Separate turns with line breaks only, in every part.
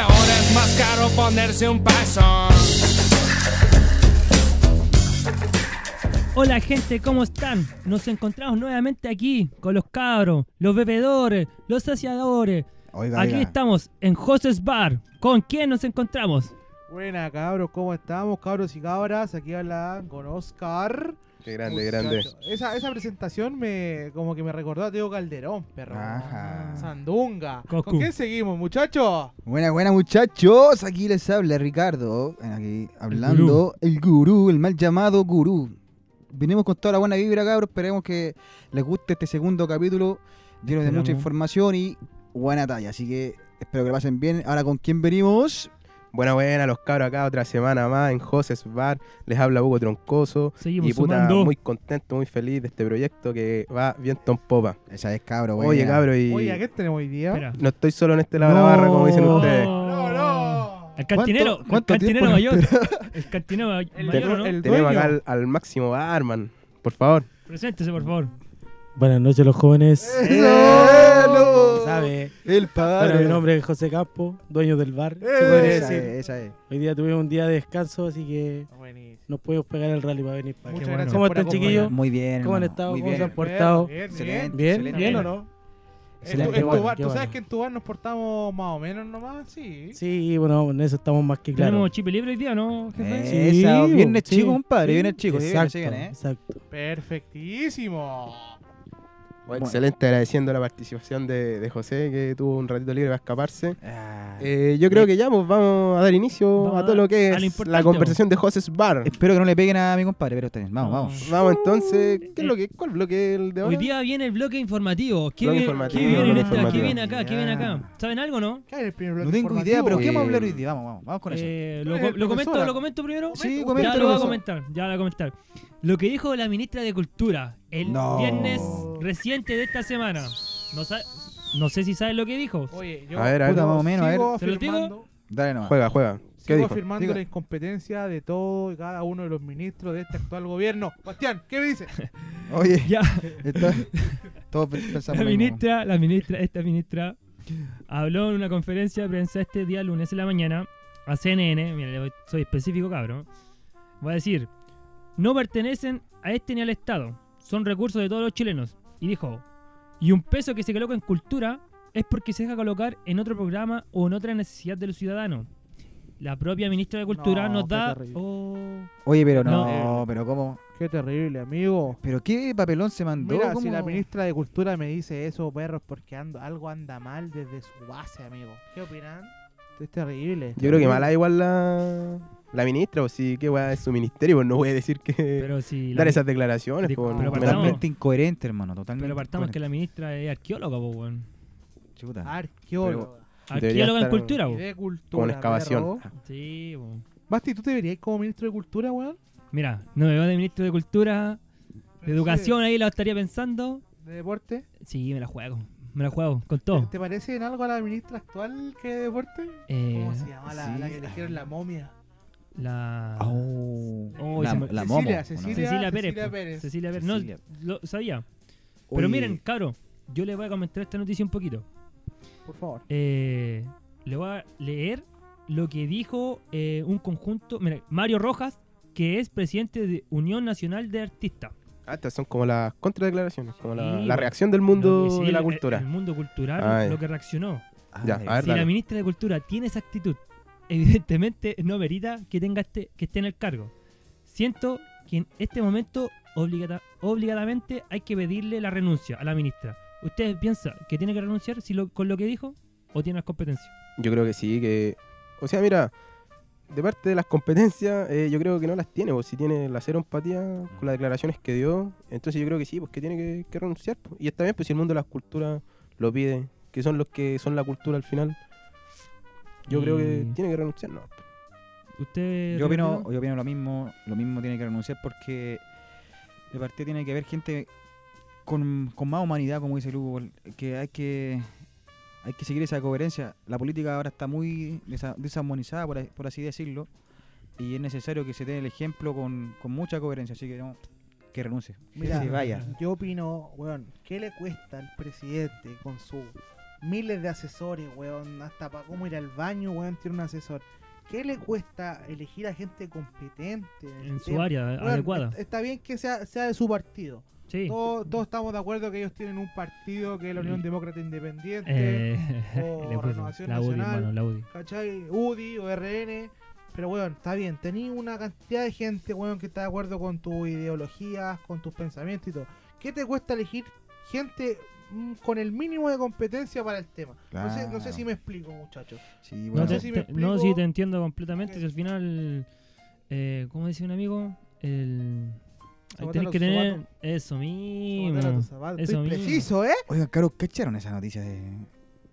Ahora es más caro ponerse un paso.
Hola gente, ¿cómo están? Nos encontramos nuevamente aquí con los cabros, los bebedores, los saciadores.
Oiga,
Aquí
oiga.
estamos en Jose's Bar. ¿Con quién nos encontramos?
Buena cabros, ¿cómo estamos? Cabros y cabras, aquí habla con Oscar.
Qué grande,
Muchacho,
grande.
Esa, esa presentación me como que me recordó a Teo Calderón, perro.
Ajá.
Sandunga.
Coscu.
¿Con quién seguimos, muchachos?
Buenas, buenas muchachos. Aquí les habla Ricardo. Aquí hablando el gurú, el, mal llamado gurú. Venimos con toda la buena vibra, cabros. Esperemos que les guste este segundo capítulo lleno de
Esperamos.
mucha información y buena talla. Así que espero que lo pasen bien. Ahora, ¿con quién venimos?
Buena, buena, los cabros acá otra semana más en Jose's Bar. Les habla Hugo Troncoso.
Seguimos
y puta,
sumando.
muy contento, muy feliz de este proyecto que va viento en popa.
Esa es, cabro.
Oye,
buena.
cabros, y
Oye, ¿a qué tenemos hoy día?
Espera. Oh.
no estoy solo en este lado de la
No.
barra, como dicen
No.
ustedes.
No, no.
El cantinero,
¿Cuánto- cuánto
el cantinero
tiempo
mayor.
nos
El cantinero ma-
El
mayor,
dueño,
¿no?
el-
Tenemos
dueño.
acá al, al máximo barman, por favor.
Preséntese, por favor.
Buenas noches los jóvenes.
¡Eso!
¿Sabe?
El padre.
Bueno, mi nombre es José Campo, dueño del bar. se
Esa
podría
es,
decir.
esa es.
Hoy día tuvimos un día de descanso, así que
Buenísimo.
nos pudimos pegar el rally para venir para acá.
Muchas
bueno.
gracias
¿Cómo
por
están, chiquillos?
Muy bien.
¿Cómo han
hermano,
estado?
Muy
¿Cómo se han
bien.
acompañarnos.
portado?
Bien, bien,
Excelente.
Bien,
excelente.
bien o no?
En
Excelente,
tu, en tu
qué bueno,
bar,
qué
tú sabes
bueno.
que en tu bar nos portamos más o menos nomás, sí.
Sí, bueno, en eso estamos más que claros.
Tenemos chip libre hoy día, ¿no,
Eh,
jefe?
Sí,
Esa,
sí,
viernes
sí.
chico, compadre. Viernes chico. sí,
exacto,
viernes, sí, viernes, ¿eh?
exacto.
Perfectísimo.
Bueno.
Excelente, agradeciendo la participación de, de José, que tuvo un ratito libre para escaparse.
Ah.
Eh, yo creo que ya pues, vamos a dar inicio
Vamos
a todo lo que
a lo
es
importante,
la conversación de Jose's Bar.
Espero que no le peguen a mi compadre, pero está bien. Vamos,
No.
vamos.
Vamos entonces, ¿qué
Eh,
es lo que, ¿cuál bloque es el de ahora?
Hoy día viene el bloque informativo. ¿Qué,
Bloque
viene-
informativo,
qué viene en
bloque
esta? ¿Qué
informativo.
viene acá? ¿Qué viene acá? ¿Saben algo, no?
¿Qué hay en el primer
No
bloque
tengo idea, pero
informativo?
¿qué vamos a hablar
Eh,
hoy día? Vamos, vamos, vamos con eso.
Eh,
Eh,
lo, lo comento,
profesora.
¿Lo comento primero?
Sí,
Ya
comenta,
lo voy a
profesor.
comentar, ya lo voy a comentar. Lo que dijo la ministra de Cultura el
No.
viernes reciente de esta semana. No, sa- no sé si saben lo que dijo.
Oye, yo
A ver, a ver.
Puta, más o menos, a ver.
sigo
¿Se lo digo?
afirmando-
Dale nomás.
Juega, juega. ¿Qué
Sigo
dijo?
afirmando
Diga.
la incompetencia de todo y cada uno de los ministros de este actual gobierno. Bastián, ¿qué me dices?
Oye,
Ya,
está- todos pensamos.
la
lo mismo.
ministra, la ministra, esta ministra habló en una conferencia de prensa este día lunes en la mañana a CNN. Mira, le voy- soy específico, cabrón. Va a decir, no pertenecen a este ni al Estado. Son recursos de todos los chilenos. Y dijo, y un peso que se coloca en cultura es porque se deja colocar en otro programa o en otra necesidad de los ciudadanos. La propia ministra de Cultura
No,
nos
qué
da...
terrible.
Oh.
Oye, pero no,
No.
pero ¿cómo?
Qué terrible, amigo.
¿Pero qué papelón se mandó?
Mira, si
¿Cómo?
la ministra de Cultura me dice eso, perros, porque ando- algo anda mal desde su base, amigo. ¿Qué opinan? Esto es terrible.
Yo creo que mala igual la, la ministra, o si qué weá es su ministerio, pues no voy a decir que
Pero si... la
dar
mi-
esas declaraciones.
Pero
pues,
partamos-
me la-
Totalmente incoherente, hermano. Totalmente.
Pero partamos que
incoherente.
la Ah. ministra es arqueóloga, po, weón.
Chuta.
Arqueólogo.
Debería
Arqueóloga en
estar-
cultura,
Y
po.
de cultura.
Con excavación.
perro.
Sí, po.
Basti, ¿tú te verías como ministro de Cultura, weón?
Mira, no me veo de ministro de Cultura, de Educación, ahí lo estaría pensando.
¿De deporte?
Sí, me la juego. Me la juego, con todo.
¿Te parece en algo a la ministra actual que de deporte?
Eh,
¿Cómo se llama la, la que eligieron la momia?
la...
Ah,
Oh,
Oh,
la,
se me-
la
Cecilia,
momo, ¿o no?
Cecilia.
Cecilia Pérez.
Cecilia
po.
Pérez.
Cecilia Pérez.
Cecilia.
No, lo sabía. Pero
Oye,
miren, cabro, yo les voy a comentar esta noticia un poquito.
Por favor.
Eh, le voy a leer lo que dijo eh, un conjunto... Mira, Mario Rojas, que es presidente de Unión Nacional de Artistas.
Ah, estas son como las contradeclaraciones, como la,
Sí,
la
po.
reacción del
Lo
mundo
que- sí,
de la
el-
cultura.
El, mundo cultural,
Ah, ya.
lo que reaccionó.
ah,
Ya, a ver,
si
dale.
la ministra de Cultura tiene esa actitud, evidentemente no merita que tenga este, que esté en el cargo. Siento que en este momento obligata- obligadamente hay que pedirle la renuncia a la ministra. ¿Ustedes piensan que tiene que renunciar si lo- con lo que dijo o tiene las competencias?
Yo creo que sí, que... O sea, mira, de parte de las competencias, eh, yo creo que no las tiene, pues si tiene la cero empatía con las declaraciones que dio, entonces yo creo que sí, pues que tiene que, que renunciar. pues. Y está bien, pues si el mundo de las culturas lo pide, que son los que son la cultura al final, yo creo que
Y-
tiene que renunciar, ¿no?
¿Usted
Yo opino,
Rodrigo?
yo opino lo mismo, lo mismo tiene que renunciar porque de partida tiene que haber gente con, con más humanidad, como dice Lugo, que hay que hay que seguir esa coherencia. La política ahora está muy desa- desarmonizada, por, a- por así decirlo, y es necesario que se dé el ejemplo con, con mucha coherencia, así que no, que renuncie.
Mira,
que se vaya.
yo opino, weón, ¿qué le cuesta al presidente con su miles de asesores, weón. Hasta para cómo ir al baño, weón, tiene un asesor. ¿Qué le cuesta elegir a gente competente el
en su
tema?
área
Weón,
adecuada.
est- Está bien que sea, sea de su partido.
Sí.
Todos, todos estamos de acuerdo que ellos tienen un partido que es la Unión Demócrata Independiente,
Eh,
o
le puse
Renovación
la UDI,
Nacional.
hermano, la UDI.
¿cachai? UDI o RN. Pero weón, está bien, tení una cantidad de gente, weón, que está de acuerdo con tus ideologías, con tus pensamientos y todo. ¿Qué te cuesta elegir gente mm, con el mínimo de competencia para el tema? No, sé, no sé
Claro.
si me explico, muchachos.
Sí,
No,
bueno.
te-
sé si me
te- no, sí,
explico.
te entiendo completamente.
Ok.
Si al final, eh, ¿cómo dice un amigo? El, ahí
Zapatero
tenés que
a tu
tener
zapato.
eso mismo.
Zapatero a tu zapato.
Eso
Estoy
mismo.
preciso, ¿eh?
Oigan, Caro, ¿cacharon esa noticia de,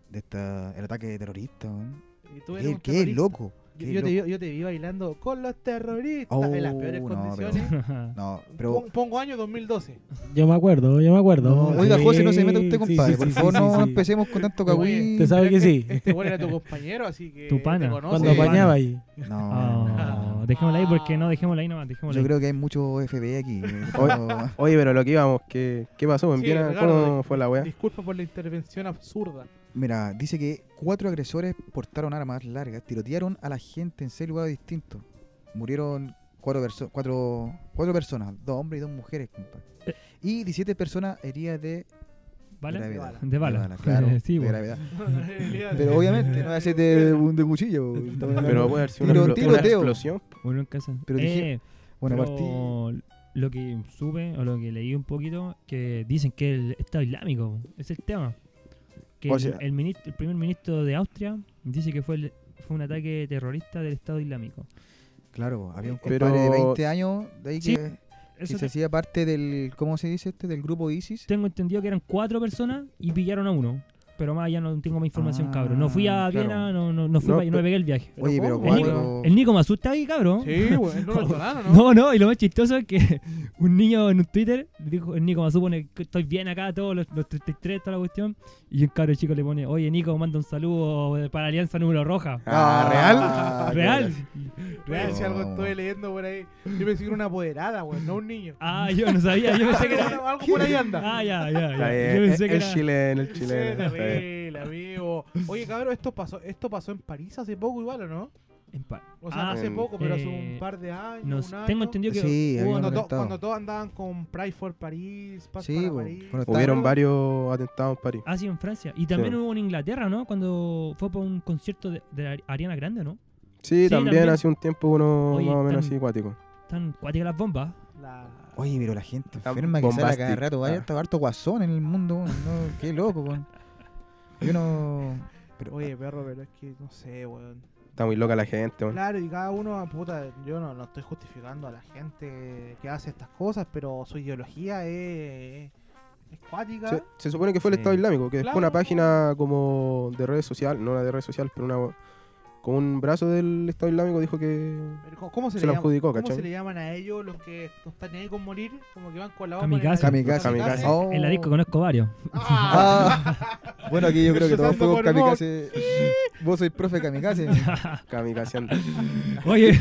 de esta, el ataque terrorista? weón?
Y tú eres
¿Qué,
un
qué
terrorista.
loco?
Yo,
qué
yo te,
loco.
vi- yo te vi bailando con los terroristas
Oh,
en las peores
no,
condiciones.
No, pero.
Pon- Pongo año 2012.
Yo me acuerdo, yo me acuerdo.
No, oiga,
Sí,
José, no se meta usted,
sí,
compadre.
sí,
por
sí,
favor,
sí,
no
sí.
empecemos con tanto cagüí.
Te sabe que sí.
Este weón era tu compañero, así que.
Tu pana.
Te conoce.
Cuando apañaba ahí.
No,
Ah,
Oh, dejémosla ahí porque no, dejémosla ahí nomás. Dejémosla
Yo
ahí.
creo que hay mucho FBI aquí.
Oye, Oye, pero lo que íbamos, ¿qué, qué pasó? ¿En
Sí,
Viena?
Ricardo,
¿Cómo
dis-
fue la wea?
Disculpa por la intervención absurda.
Mira, dice que cuatro agresores portaron armas largas, tirotearon a la gente en seis lugares distintos. Murieron cuatro, perso- cuatro, cuatro personas, dos hombres y dos mujeres, compadre.
Eh.
Y 17 personas heridas de
¿Vale?
gravedad.
De bala.
claro,
Sí,
de
bueno.
gravedad. Pero obviamente no va a ser de, de un- de cuchillo. estamos hablando-
Pero puede haber sido una,
Tiro-
explo- una
tiroteo.
explosión.
Uno en casa.
Pero dije-
Eh,
bueno,
pero
partí.
Lo que supe o lo que leí un poquito, que dicen que el Estado Islámico es el tema. Que
O
el,
sea-
el minist- el primer ministro de Austria dice que fue, el- fue un ataque terrorista del Estado Islámico.
Claro, había un
Pero-
compadre de 20 años de ahí
Sí,
que, que
Eso
se hacía parte del, ¿cómo se dice este? Del grupo ISIS.
tengo entendido que eran cuatro personas y pillaron a uno. Pero más allá no tengo más información,
Ah,
cabrón. No fui a
claro.
Viena, no, no, no fui
No,
para allá, no me
pero-
pegué el viaje.
Oye, pero
El
cuatro...
Nico, el Nico me asusta ahí, cabrón.
Sí, weón, no lo perdonaron, ¿no?
No, no, y lo más chistoso es que un niño en un Twitter dijo, el Nico me supone que estoy bien acá, todos los, los 33, toda la cuestión. Y un cabro chico le pone, oye Nico, manda un saludo para Alianza Número Roja.
Ah,
Real.
Weón,
Real.
si algo estuve leyendo por ahí. Yo pensé que era una apoderada, weón, no un niño.
Ah, yo no sabía, yo pensé que era...
algo, algo por ahí anda.
Ah, ya, ya,
Está
ya.
bien, Eh,
Yo pensé
el,
que
el
era...
chileno, el
Sí,
chileno. está bien.
terrible, amigo. Oye, cabrón, esto pasó, esto pasó en París hace poco igual, ¿o no?
En pa-
O sea, no
Ah,
hace
en-
poco, pero hace
eh,
un par de años,
no,
un año.
tengo entendido que...
Sí, había un
Cuando, to-
atentado.
cuando todos andaban con Pride for París, Paz
Sí,
para
bo,
París.
cuando está-
Hubieron varios atentados en París.
Ah, sí, en Francia. Y también
Sí.
hubo en Inglaterra, ¿no? Cuando fue por un concierto de, de la Ariana Grande, ¿no?
Sí,
sí,
también,
también.
hace un tiempo uno
Oye,
más o menos
tan-
así acuático.
Están cuáticas las bombas.
La-
Oye, pero la gente
Está
enferma que sale a cada
bombastic,
rato, hay
ah.
harto, harto guasón en el mundo, weón, no, qué loco, weón. Yo no... Pero,
Oye, perro, pero es que no sé, weón.
Está muy loca la gente, weón.
Claro, y cada uno, puta, yo no, no estoy justificando a la gente que hace estas cosas, pero su ideología es, es cuática.
Se, se supone que fue el
Sí.
Estado Islámico, que después
Claro.
una página como de redes sociales, no una de redes sociales, pero una con un brazo del Estado Islámico dijo que
Pero ¿Cómo, cómo se,
se
le
lo
llama-
adjudicó,
¿Cómo se
¿cachai?
le llaman a ellos los que no están ni ahí con morir? Como que van con la bomba
Kamikaze.
en el-
Kamikaze.
Kamikaze.
Oh.
En la disco conozco varios.
Ah,
Ah, bueno, aquí yo creo que todos
Empezando
fuimos
por Mock.
kamikaze. Vos sois profe kamikaze.
Ah.
Kamikazeando.
Oye,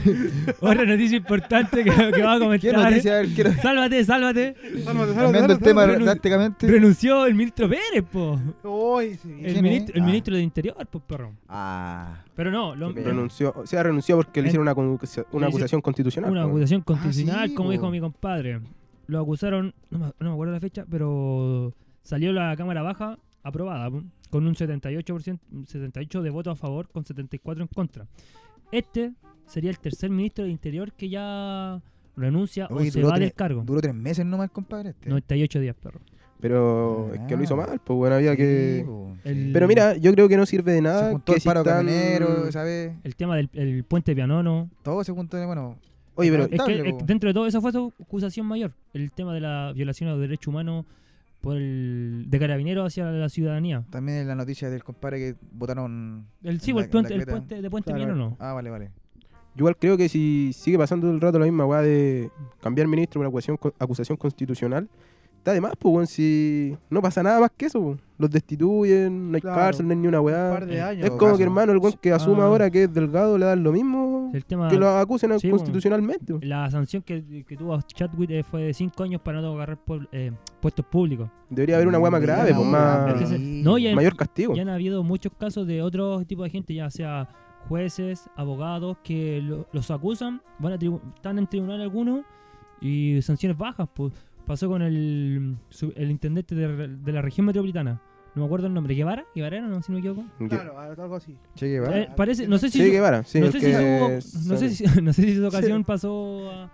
otra noticia importante que, que va a
¿Qué
comentar.
noticia? A ver, quiero...
Sálvate, sálvate.
sálvate,
Cambiando el
sálvate,
tema
renun-
drásticamente.
Renunció el ministro Pérez, po.
sálvate. Uy, sí,
El,
¿Quién
ministro,
es?
el
Ah.
ministro del interior, po, perro.
Ah,
Pero no, lo-
Qué pena.
renunció, o sea, renunció porque
En-
le hicieron una, concu- una
hizo-
acusación constitucional.
una
po.
acusación constitucional,
Ah, sí,
como
po.
dijo mi compadre. Lo acusaron, no me, no me acuerdo la fecha, pero salió la Cámara Baja aprobada, po, con un 78%, 78 de votos a favor, con 74 en contra. Este sería el tercer ministro del interior que ya renuncia
Oye,
o se
duró
va
tres-
del cargo.
duró tres meses nomás, compadre. Este.
98 días, perro.
Pero es que lo hizo mal, pues bueno, había
Sí,
que...
po.
El-
Pero mira, yo creo que no sirve de
se
nada.
juntó
Ah, que
el
si
paro
están-
camionero, ¿sabes?
El tema del el puente Pianono.
Todo se juntó, bueno...
Oye, pero
Es que,
Lamentable,
es que
po.
dentro de todo eso fue su acusación mayor. El tema de la violación a los derechos humanos por el, de carabineros hacia la ciudadanía.
También la noticia del compadre que votaron...
El, sí,
En
po,
la-
el, puente,
en la
el
creta.
puente de puente
Claro.
Pianono.
Ah, vale, vale.
yo igual creo que si sigue pasando el rato la misma weá de cambiar ministro por acusación, acusación constitucional, está de más, pues bueno, si no pasa nada más que eso, po. los destituyen, no hay
Claro.
cárcel, no hay ni una
un
weá.
par de años.
Es como
caso.
que hermano, el weón que asuma
Ah.
ahora que es delgado le dan lo mismo
El tema,
que lo acusen
Sí,
constitucionalmente. po.
la sanción que, que tuvo Chadwick eh, fue de 5 años para no agarrar puebl- eh, puestos públicos.
Debería haber una hueá más
Ya,
grave, po,
ahora,
más,
Entonces, no, ya,
mayor castigo.
ya han habido muchos casos de otro tipo de gente, ya sea jueces, abogados, que lo- los acusan, van a tribu- están en tribunal algunos y sanciones bajas. Pues. Pasó con el, su- el intendente de, re- de la región metropolitana. No me acuerdo el nombre. ¿Guevara? ¿Guevara era, no? Si no me equivoco.
Claro, algo así.
Che Guevara.
Eh, parece, no sé si...
Che Guevara, sí,
no,
el
sé si
que-
su, no, sé si, no sé si su ocasión pasó a,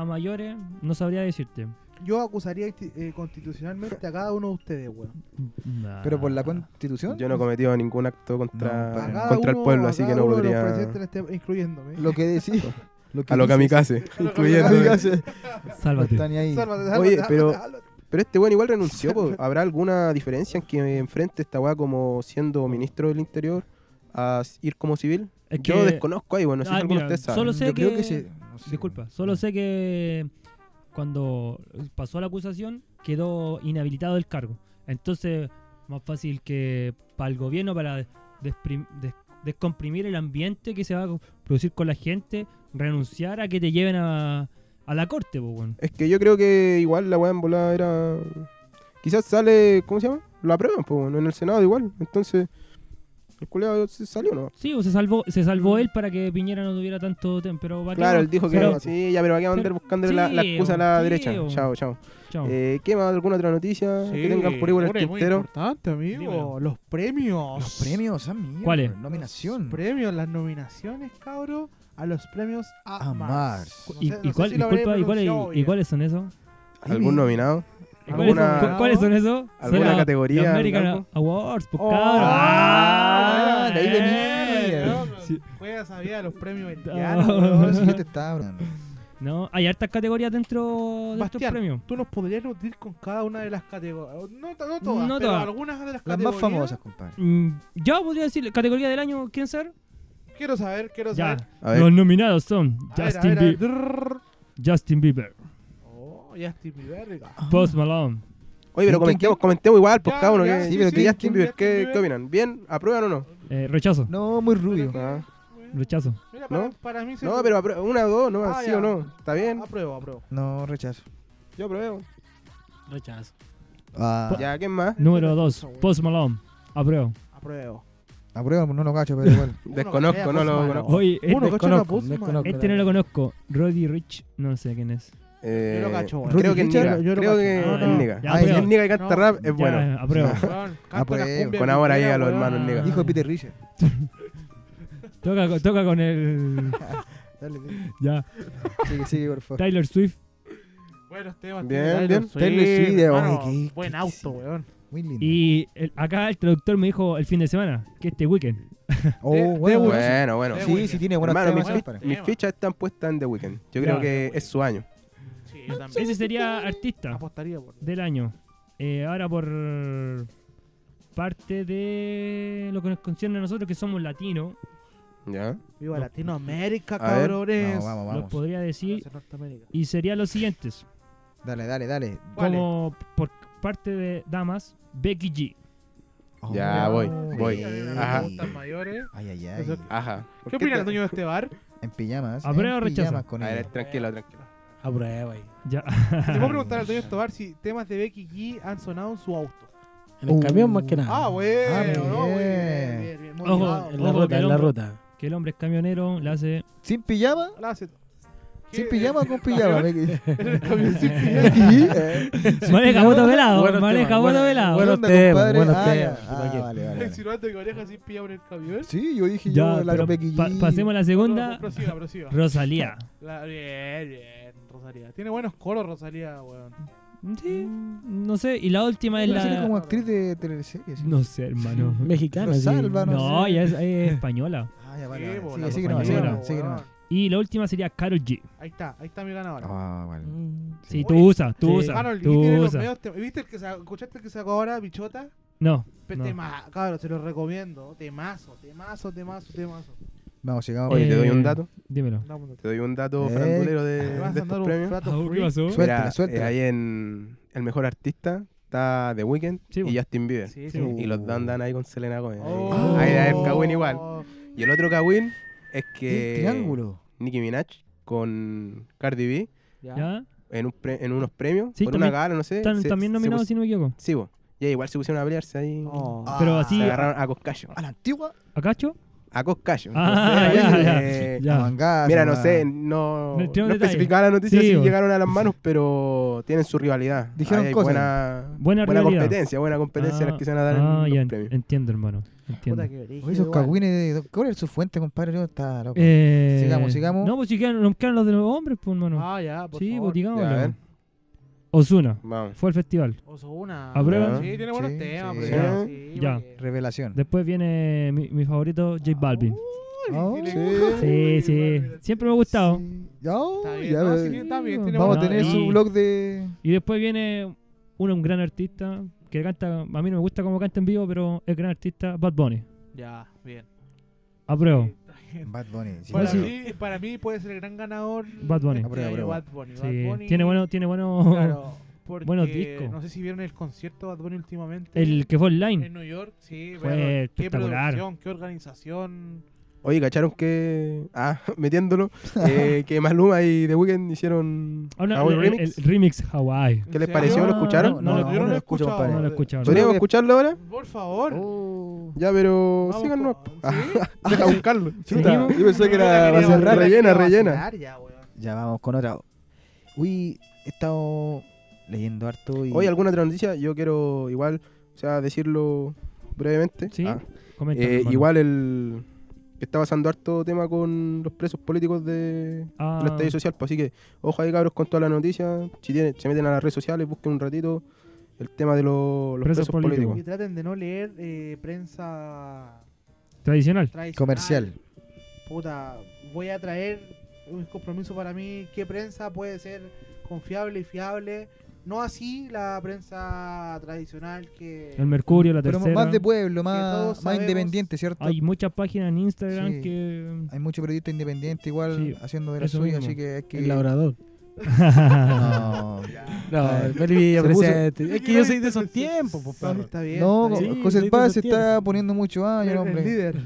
a mayores, no sabría decirte.
Yo acusaría eh, constitucionalmente a cada uno de ustedes, weón.
Pero por la
cuenta
constitución.
Ah, Yo no he cometido ningún acto
No,
contra,
para
Cada
contra el
uno-
pueblo,
a
así que
cada
no
uno de los
podría.
presentes en este- incluyéndome.
Lo que decís. lo que
A lo
dices,
kamikaze, incluyendo.
kamikaze, no
Sálvate.
está ni ahí.
Sálvate,
Oye,
sálvate,
pero-
sálvate.
Pero este weón igual renunció, po. ¿Habrá alguna diferencia en que enfrente esta weá como siendo ministro del interior a s- ir como civil?
Es
Yo
que-
desconozco ahí, bueno, no sé
Ah,
si alguno de
mira,
ustedes sabe.
solo sé
Yo creo
que-
que sí. no sé.
Disculpa, solo sé que cuando pasó la acusación quedó inhabilitado del cargo. Entonces, más fácil que para el gobierno, para desprim- des- descomprimir el ambiente que se va a producir con la gente, renunciar a que te lleven a, a la corte, po, weón.
Es que yo creo que igual la weá en volada era. Quizás sale, ¿cómo se llama? Lo aprueban, po, bueno, en el Senado igual. Entonces, el culiado se salió, ¿no?
Sí, o se salvó, se salvó él para que Piñera no tuviera tanto tiempo, pero va
Claro, él dijo que
pero-
no. Sí, ya, pero aquí van a andar buscando la, la
Sí,
excusa a la
sí,
derecha.
o-
Chao, chao.
Chao.
Eh, ¿Qué más? ¿Alguna otra noticia que tengan por ahí por el
Ahora es muy
tintero?
importante, amigo.
Dímelo.
Los premios.
Los premios, amigo.
¿Cuáles?
Nominación.
Premios, las nominaciones, cabro, a los premios a,
A
Mars.
Mars.
¿Y,
sé-
y
sé
cuál-
si lo habré
disculpa, ¿y cuál-
pronunciado
y
bien.
cuáles son esos?
¿Algún nominado?
¿Y ¿Cuáles son,
¿Alguna-
cu- cuáles son esos? Son
alguna
la-
categoría,
la American
algo?
Awards, pues
Oh,
cabrón.
ah,
Ah,
de ahí
eh.
venía.
No,
Sí.
Juega sabía de los premios
Ah.
vendianos.
No, si yo te estaba hablando.
No, hay hartas categorías dentro de estos
Bastián,
premios.
Tú nos podrías nutrir con cada una de las categorías. No, to- no todas,
No
pero
todas.
algunas de las
Las
categorías.
más famosas, compadre.
Mm, Ya podría decir, categoría del año, ¿quién ser?
Quiero saber, quiero
Ya.
saber.
A ver.
Los nominados son
A ver, a
Justin,
ver, a ver.
Bieber,
Drrrr.
Justin Bieber,
Oh, Justin Bieber. diga.
Post Malone.
Oye, pero
¿Quién, quién,
comentemos, comentemos igual, pues
Ya,
cada uno.
ya,
que-
sí,
sí, pero
sí,
que
sí,
Justin Bieber,
Justin
¿qué,
Bieber.
¿qué opinan? ¿Bien? ¿Aprueban o no?
Eh, rechazo,
No, muy rubio.
Ah.
rechazo.
Mira, para,
¿No?
para mí se-
No, pero apro- una o dos, no,
Ah,
sí
ya.
o no. ¿Está bien?
Apruebo, apruebo.
No, rechazo.
Yo apruebo.
Rechazo.
Ah,
Ya, ¿quién más?
Número 2, Post Malone. Apruebo.
Apruebo.
aprueba, no lo cacho, pero igual.
Desconozco, no lo conozco.
Oh.
Oye, este,
Uno, cacho, una
desconozco,
Postman.
desconozco.
este no lo conozco. Roddy Rich, no sé quién es.
Eh,
Yo lo cacho, güey.
creo
Roddy
que es
Richard,
Niga.
yo lo
Creo
cacho.
que
Ah,
es
no.
Niga.
Ya,
Ah, si
apruebo.
es Niga que canta
No.
rap, es
Ya,
bueno.
apruebo.
Weón, canta
Ah, pues,
las cumbias
con ahora
villeras,
llega los
weón.
hermanos Niga.
Ah.
Hijo de Peter Richard.
Toca, con- toca con el.
Dale, dale.
ya.
Sigue, sigue, por favor.
Taylor Swift.
Buenos temas.
Bien,
tiene
bien.
Taylor Swift,
hermano.
ay, qué-
Buen
qué-
auto, weón.
Muy lindo.
Y el- acá el traductor me dijo el fin de semana, que este weekend.
Oh,
de-
bueno.
de-
Bueno, bueno.
de-
Sí,
Sí, sí, tiene buenos
Hermano,
temas,
mi,
compadre.
mis fichas están puestas en The Weeknd. Yo creo
Ya.
que es su año.
Sí, Ah, yo también.
Ese sería artista
Apostaría por.
del año. Eh, ahora por parte de lo que nos concierne a nosotros, que somos latinos,
¿Ya?
Viva
No.
Latinoamérica,
A ver.
cabrones.
No, vamos,
los
vamos.
podría decir,
Hacia Norteamérica.
y serían los siguientes.
Dale, dale, dale.
Como por parte de damas, Becky G.
Oh,
Ya, voy, voy.
Sí, a mí me
Ajá.
gustan mayores.
Ay, ay, ay.
Eso-
Ajá. ¿Por
¿Qué
qué
opina el
te-
dueño de este bar?
En pijamas.
¿Aprueba o
en
rechaza?
pijamas con
A
ella.
ver, tranquilo, tranquilo.
Aprueba ahí.
Ya.
Le voy a preguntar al dueño de este bar si temas de Becky G han sonado en su auto.
En el
Uh.
camión más que nada.
Ah, bueno,
Ah,
no,
bien.
bien, bien, bien, muy
Ojo,
bien.
En la
Ojo,
ruta, en la
calombo.
ruta.
que el hombre es camionero, la hace.
¿Sin pijama?
La hace-
¿Sin
¿Qué?
pijama o con pijama? ¿Eh?
El camión sin pijama.
¿Qué
Maneja voto velado,
Buenos
maneja
temas,
voto
buenos-
velado.
buenos-
onda,
temas,
compadre?
buenos
Ah,
temas.
ya. Ah, vale, vale, vale.
Insinuando que oreja sin pijama en el camión.
Sí, yo dije
Ya,
yo la
pero
Becky G.
pa- pasemos a la
No,
segunda,
no, prosiga, prosiga.
Rosalía.
La- bien, bien, Rosalía. Tiene buenos coros, Rosalía, weón.
Sí, Mm, no sé. Y la última es
Pero tiene
la.
como actriz de teleseries.
No sé, hermano.
Mexicana, sí.
Salva, no
No,
sé.
ya es, es española.
Ah, ya,
Sí,
vale.
po,
vale.
la
Sigue, sigue nomás, sigue
compañera,
nomás, sigue
weón.
nomás.
Y la última sería Carol G.
Ahí está, ahí está mi Ah, ganador.
Ah, vale.
Mm.
Sí,
Oye,
tú usa, tú
sí.
usa,
Harold Lee
tú
tiene los
usa.
medios tem- ¿Viste el que sa- escuchaste el que sacó ahora, bichota?
No,
Pe-
No.
Tema, cabrón, se los recomiendo. Temazo, temazo, temazo, temazo.
Vamos, sigamos.
Oye, te doy
Eh,
un dato.
dímelo.
Dámonos.
Te doy un dato
Eh,
farandulero de,
Me vas
de
a
estos
andar un
premios.
plato free.
Suéltala,
Mira, eh,
suéltala.
ahí en El Mejor Artista está The Weeknd
Sí,
y
bueno.
Justin Bieber.
Sí,
Sí,
sí.
Y los dos andan ahí con Selena Gómez.
Oh.
Ahí, ahí el Kawin igual. Y el otro Kawin es
El
que
triángulo.
Nicki Minaj con Cardi B
¿Ya?
en, un pre- en unos premios,
Sí,
por
también-
una gala, no sé.
Están
se-
también
se
nominados,
pus-
si no me equivoco.
Sí, vos. Ya igual se pusieron a pelearse ahí.
Oh.
Pero así-
Se
Ah.
agarraron a Coscayo.
A la antigua.
¿A Cacho?
A Coscayo.
Ah, ya, ya,
eh,
ya.
a mangazo,
Mira, no
a-
sé, no,
No,
no,
tiene un detalle.
especificaba la noticia
Sí,
si
vos.
llegaron a las manos, pero tienen su rivalidad.
Dijeron
Ahí hay
cosas.
buena,
Buena rivalidad.
competencia, buena competencia las que se van a dar
Ah,
en
ya,
los premios.
Entiendo, hermano. Entiendo.
Puta, qué brígido,
Oye, esos
igual.
cagüines de. ¿Cuál es su fuente, compadre? Yo está loco.
Eh,
Sigamos, sigamos.
No, pues si quedan, nos quedan los de los hombres, pues, hermano.
Ah, ya, por
sí, pues,
favor.
Ya, a ver.
digámoslo. Ozuna.
Vamos.
Fue al festival.
Ozuna.
¿Aprueban?
Sí, tiene buenos
Sí,
temas,
sí.
pero
Sí.
sí,
Ya.
porque-
Revelación.
Después viene mi, mi favorito, J Balvin.
Oh,
Sí.
sí, sí. Siempre me ha gustado.
sí. Ya, oh,
Está bien,
ya,
no,
eh,
sí, tiene- está bien, tiene
Vamos a
buenos
tener
No,
temas.
su
y-
blog de.
Y después viene uno, un gran artista que canta. A mí no me gusta cómo canta en vivo, pero es gran artista, Bad Bunny.
Ya, bien.
Apruebo.
Bad Bunny. sí,
Para,
sí.
mí, para mí puede ser el gran ganador.
Bad Bunny.
este
Aprueba,
año,
aprueba.
Bad Bunny.
Sí.
Bad Bunny,
Tiene bueno, tiene bueno.
Claro, porque
buenos discos.
No sé si vieron el concierto de Bad Bunny últimamente.
El que fue online.
en New York, sí.
Fue
vean, qué
espectacular.
producción, qué organización.
Oye, ¿cacharon que. Ah, metiéndolo. eh, que Maluma y The Weeknd hicieron.
Ah, no,
Hawaii
el, el-
Remix.
el remix Hawaii.
¿Qué les
¿En
pareció?
serio?
¿Lo escucharon?
No, no,
yo
no
no lo he
lo escucho,
escuchado.
compadre.
No lo he escuchado.
Yo-
¿Podríamos escucharlo ahora?
Por favor.
Oh.
Ya, pero
Vamos
síganos.
con-
Ah,
¿sí?
Deja buscarlo. Chuta,
Seguimos.
yo pensé que
Yo
era
la quería
vacilar,
volver a-
rellena,
quería
rellena.
vacilar ya, weón.
Ya vamos con otra. Uy, he estado leyendo harto y.
Oye, ¿alguna otra noticia? Yo quiero igual, o sea, decirlo brevemente.
Sí.
Ah,
Comenta,
eh,
hermano.
igual el. que Está pasando harto tema con los presos políticos de,
Ah,
la estadio social. pues, así que, ojo ahí, cabros, con todas las noticias. Si tienen, se meten a las redes sociales, busquen un ratito el tema de los, los
Presos
presos,
políticos.
políticos.
Y traten de no leer eh, prensa
tradicional.
tradicional.
Comercial.
Ah,
Puta, voy a traer un compromiso para mí. ¿Qué prensa puede ser confiable y fiable? No así la prensa tradicional que...
El Mercurio, la
Pero
tercera.
más de pueblo, más,
todos
más
sabemos-
independiente, ¿cierto?
Hay muchas páginas en Instagram
Sí.
que.
Hay mucho periodista independiente igual
Sí,
haciendo de la
eso
suya,
mismo.
así que hay que.
El labrador. Ah.
No,
No,
Eh,
el Felipe
se puso-
Presente. Es que yo soy de esos tiempos, pues,
No,
perro.
está bien.
no
está
Sí,
bien.
José
sí,
Paz
te
se está
entiendo.
poniendo mucho
El-
año,
el
hombre.
líder.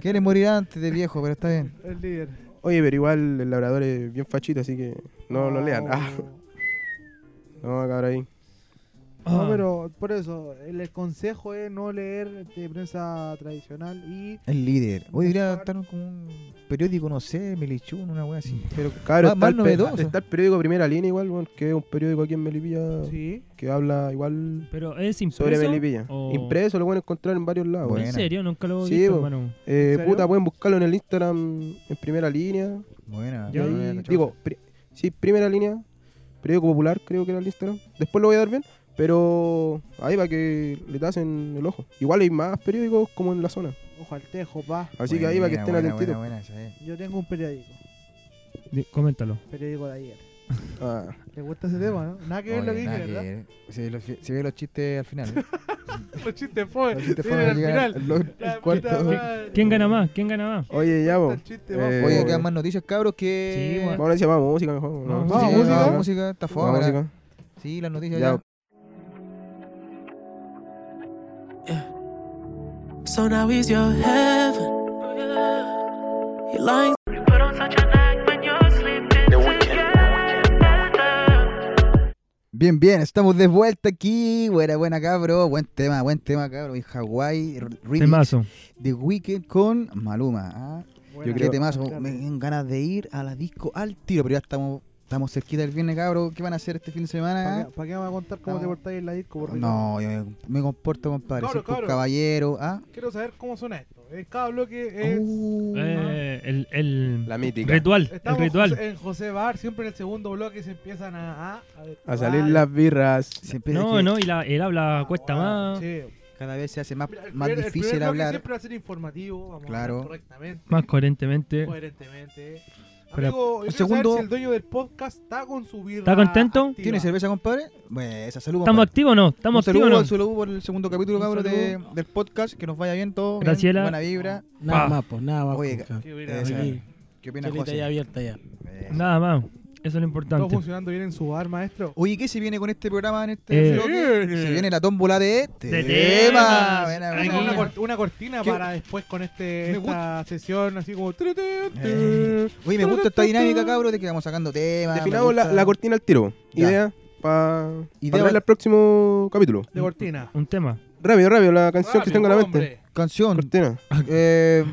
Quiere morir antes de viejo, pero está bien.
El líder.
Oye, pero igual el labrador es bien fachito, así que no lo lean. Ah, no, cabrón, ahí.
Ah,
No, pero por eso, el, el consejo es no leer este, prensa tradicional y
El líder. Hoy debería estar como un periódico, no sé, Melichún, una wea así. Pero Más-
Cabros, está,
más
el pe-
novedoso.
está el periódico Primera Línea igual, bueno, que es un periódico aquí en Melipilla
sí,
que habla igual
Pero es impreso.
sobre Melipilla.
Oh.
o-
Impreso, lo pueden encontrar en varios lados.
Bueno.
¿En serio? Nunca lo he
Sí,
visto,
bo.
hermano.
Eh,
¿En serio?
puta, pueden buscarlo en el Instagram en Primera Línea.
buena.
Y
Ya,
ahí-
buena cachofa.
digo, pri- sí, Primera Línea, periódico popular creo que era el Instagram. Después lo voy a dar bien, pero ahí para que le tasen el ojo. Igual hay más periódicos como en la zona.
ojo al tejo, pa.
Así que ahí para que
Buena,
estén
buena,
atentitos.
buena, buena, esa es.
Yo tengo un periódico,
Di- coméntalo.
periódico de ayer.
Ah.
¿Te gusta ese tema, no? Nada que ver lo que
Oye,
dije,
nada que
¿verdad?
ver. Se, los- se ve los chistes al final. ¿eh?
Los chistes fue.
Los chistes
Sí,
fueron a
al
llegar
final.
al- al-
La
al cuarto.
puta madre.
¿Quién gana más? ¿Quién gana más?
Oye, ya, vos.
El chiste más
Eh,
Oye,
pobre.
quedan más noticias, cabros, que...
Sí, bueno.
Vamos a decir más música mejor. ¿no?
Vamos,
Sí,
Vamos,
música.
música.
música, está
Vamos,
fome. ¿verdad?
música.
Sí, las noticias
Ya.
ya.
So now is your heaven. You're lying.
Put on such an act when you're sleeping together.
Bien, bien, estamos de vuelta aquí. Buena, buena, cabro. Buen tema, buen tema, cabro. En Hawái, r- remix
Temazo.
de Weekend con Maluma. ¿ah?
Buena.
Yo
Qué
creo-
temazo. Me dan ganas de ir a la disco al tiro, pero ya estamos, estamos cerquita del viernes, cabro. ¿Qué van a hacer este fin de semana?
¿Para
ah?
qué, pa' qué vamos a contar cómo
No.
te portáis en la disco? por Dios?
No, yo me, me comporto, compadre.
Cabro,
Soy un
cabro.
caballero. ¿ah?
Quiero saber cómo suena esto. En cada bloque es...
Uh,
Eh, el el
La mítica.
ritual. El
Estamos
ritual.
José- en José Bar, siempre en el segundo bloque se empiezan a... A,
A salir las birras.
siempre
No,
que
no, y la, el habla cuesta más.
Sí.
Cada vez se hace más,
Mira, el
Ah, más
primer- el
difícil
primer bloque
hablar.
Siempre va a ser informativo, vamos
Claro.
a hablar correctamente,
Más coherentemente.
coherentemente.
Pero-
Amigo, yo quiero
segundo-
saber si el dueño del podcast está con su birra.
¿Está contento?
activa.
¿Tiene cerveza, compadre? Bueno, esa salud,
¿Estamos
compadre.
activos o no? ¿Estamos
un
activos
saludo,
o
un
no?
saludo por el segundo capítulo,
Un
cabros, de- del podcast. Que nos vaya bien todo. bien,
Graciela.
buena vibra.
Ah.
Nada más, pues, nada más.
Oye,
pues, cabrón.
Qué
Eh,
birra.
esa-
Aquí,
¿Qué opinas,
chelita ya
José?
abierta ya.
Eh,
Nada más. Eso es lo
Todo
importante.
funcionando bien en su bar, maestro.
Oye, ¿qué se viene con este programa en
Eh,
este bloque? Se viene la tómbola de,
De
tema.
temas.
Buena,
Ay,
Una,
buena.
mira.
una cort- una cortina
¿Qué?
para después con
Me
este esta sesión así como...
Eh. Oye, me gusta esta dinámica, cabrón, de que vamos sacando temas. me
Definamos la,
gusta.
la cortina al tiro.
pues,
pues.
Ya.
Idea para
Idea-
darle al próximo capítulo.
De cortina.
Un tema.
Rápido, rápido, la canción que tengo en la mente.
Canción.
Cortina.
eh,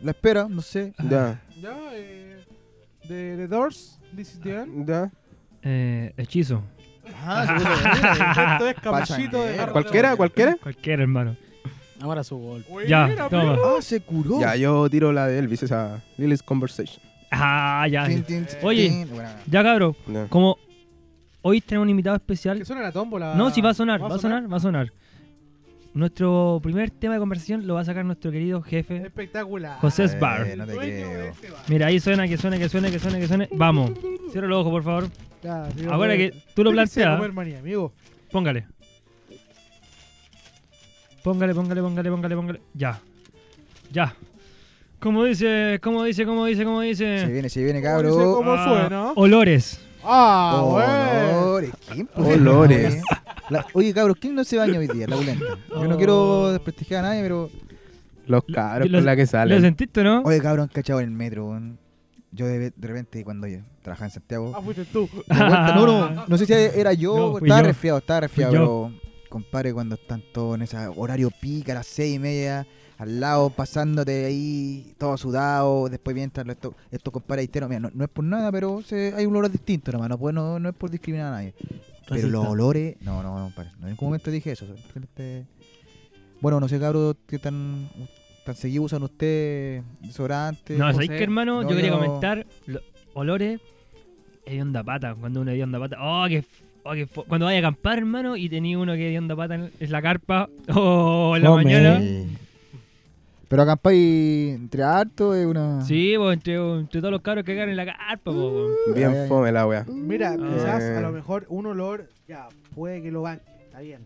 la espera, no sé.
Ya,
Ya, eh, de The Doors, This is the End.
ya.
Eh, hechizo.
Mira, Esto es capuchito de
Pachanguero.
Harold
¿Cualquiera? ¿Cualquiera?
Cualquiera, hermano.
Ahora su gol.
Oye,
Ya,
mira,
toma.
mira.
Ah, se curó.
Ya, yo tiro la de Elvis, esa Lily's Conversation.
Ah, ya.
Tin, tin, tin,
Oye.
tin. Buena.
Ya, cabro.
Ya.
Como hoy tenemos un invitado especial.
Que suena la tómbola.
No, sí va a sonar, va a sonar, va a sonar. Nuestro primer tema de conversación lo va a sacar nuestro querido jefe.
Espectacular.
José
El
Sbar.
Eh, no te
dueño de
creo.
este bar.
Mira, ahí suena, que suena, que suena, que suena, que suena. Vamos. Cierra los ojos, por favor.
Ya, sí,
Ahora
hombre.
Ah, que tú lo
Feliz de
planteas,
comer manía, amigo.
póngale. Póngale, póngale, póngale, póngale, póngale. Ya. Ya. Como dice, como dice, como dice, como
Se
dice.
viene, se viene,
Dice,
cabrón.
¿cómo
Ah,
suena?
Olores.
Ah,
Oh,
bueno.
Olores. ¿quién puso el
Olores.
nombre? La- oye, cabros, ¿quién no se baña hoy día? La bulenta. Yo no
Oh.
quiero desprestigiar a nadie, pero.
Los caros
los-
con la que
¿Lo
salen.
sentiste, no?
Oye, cabrón, cachado en el metro, weón. Yo de, de repente, cuando yo trabajaba en Santiago,
Ah, fuiste tú.
De vuelta, no, no, no sé si era yo,
No, fui
estaba
yo.
resfriado, estaba resfriado,
Fui
pero compadre, cuando están todos en ese horario pica, a las seis y media, al lado, pasándote ahí, todo sudado, después vienen estos, estos, estos compadres haitianos, mira, no, no es por nada, pero se- hay un olor distinto, nomás, no, puede- no, no es por discriminar a nadie. Pero
Racista.
los olores, no, no, no, compadre, no, en ningún momento dije eso, simplemente- Bueno, no sé, cabros, qué tan, tan seguido usan ustedes desodorante.
No,
José,
¿sabéis que hermano?
no,
yo quería
yo-
comentar lo- olores hedionda pata. Cuando uno hedionda pata. Oh, que. f- oh, que fo- Cuando vaya a acampar, hermano, y tenía uno que hedionda pata en es la carpa. Oh, en la
Fome.
mañana.
Sí. Pero acampáis entre harto es una.
Ah.
Sí, pues entre, entre todos los cabros que cagan en la carpa, po, po.
Ay,
Bien
ay.
fome la wea.
Mira,
Ah.
quizás
Eh.
a lo mejor un olor, ya, puede que lo banque, está bien.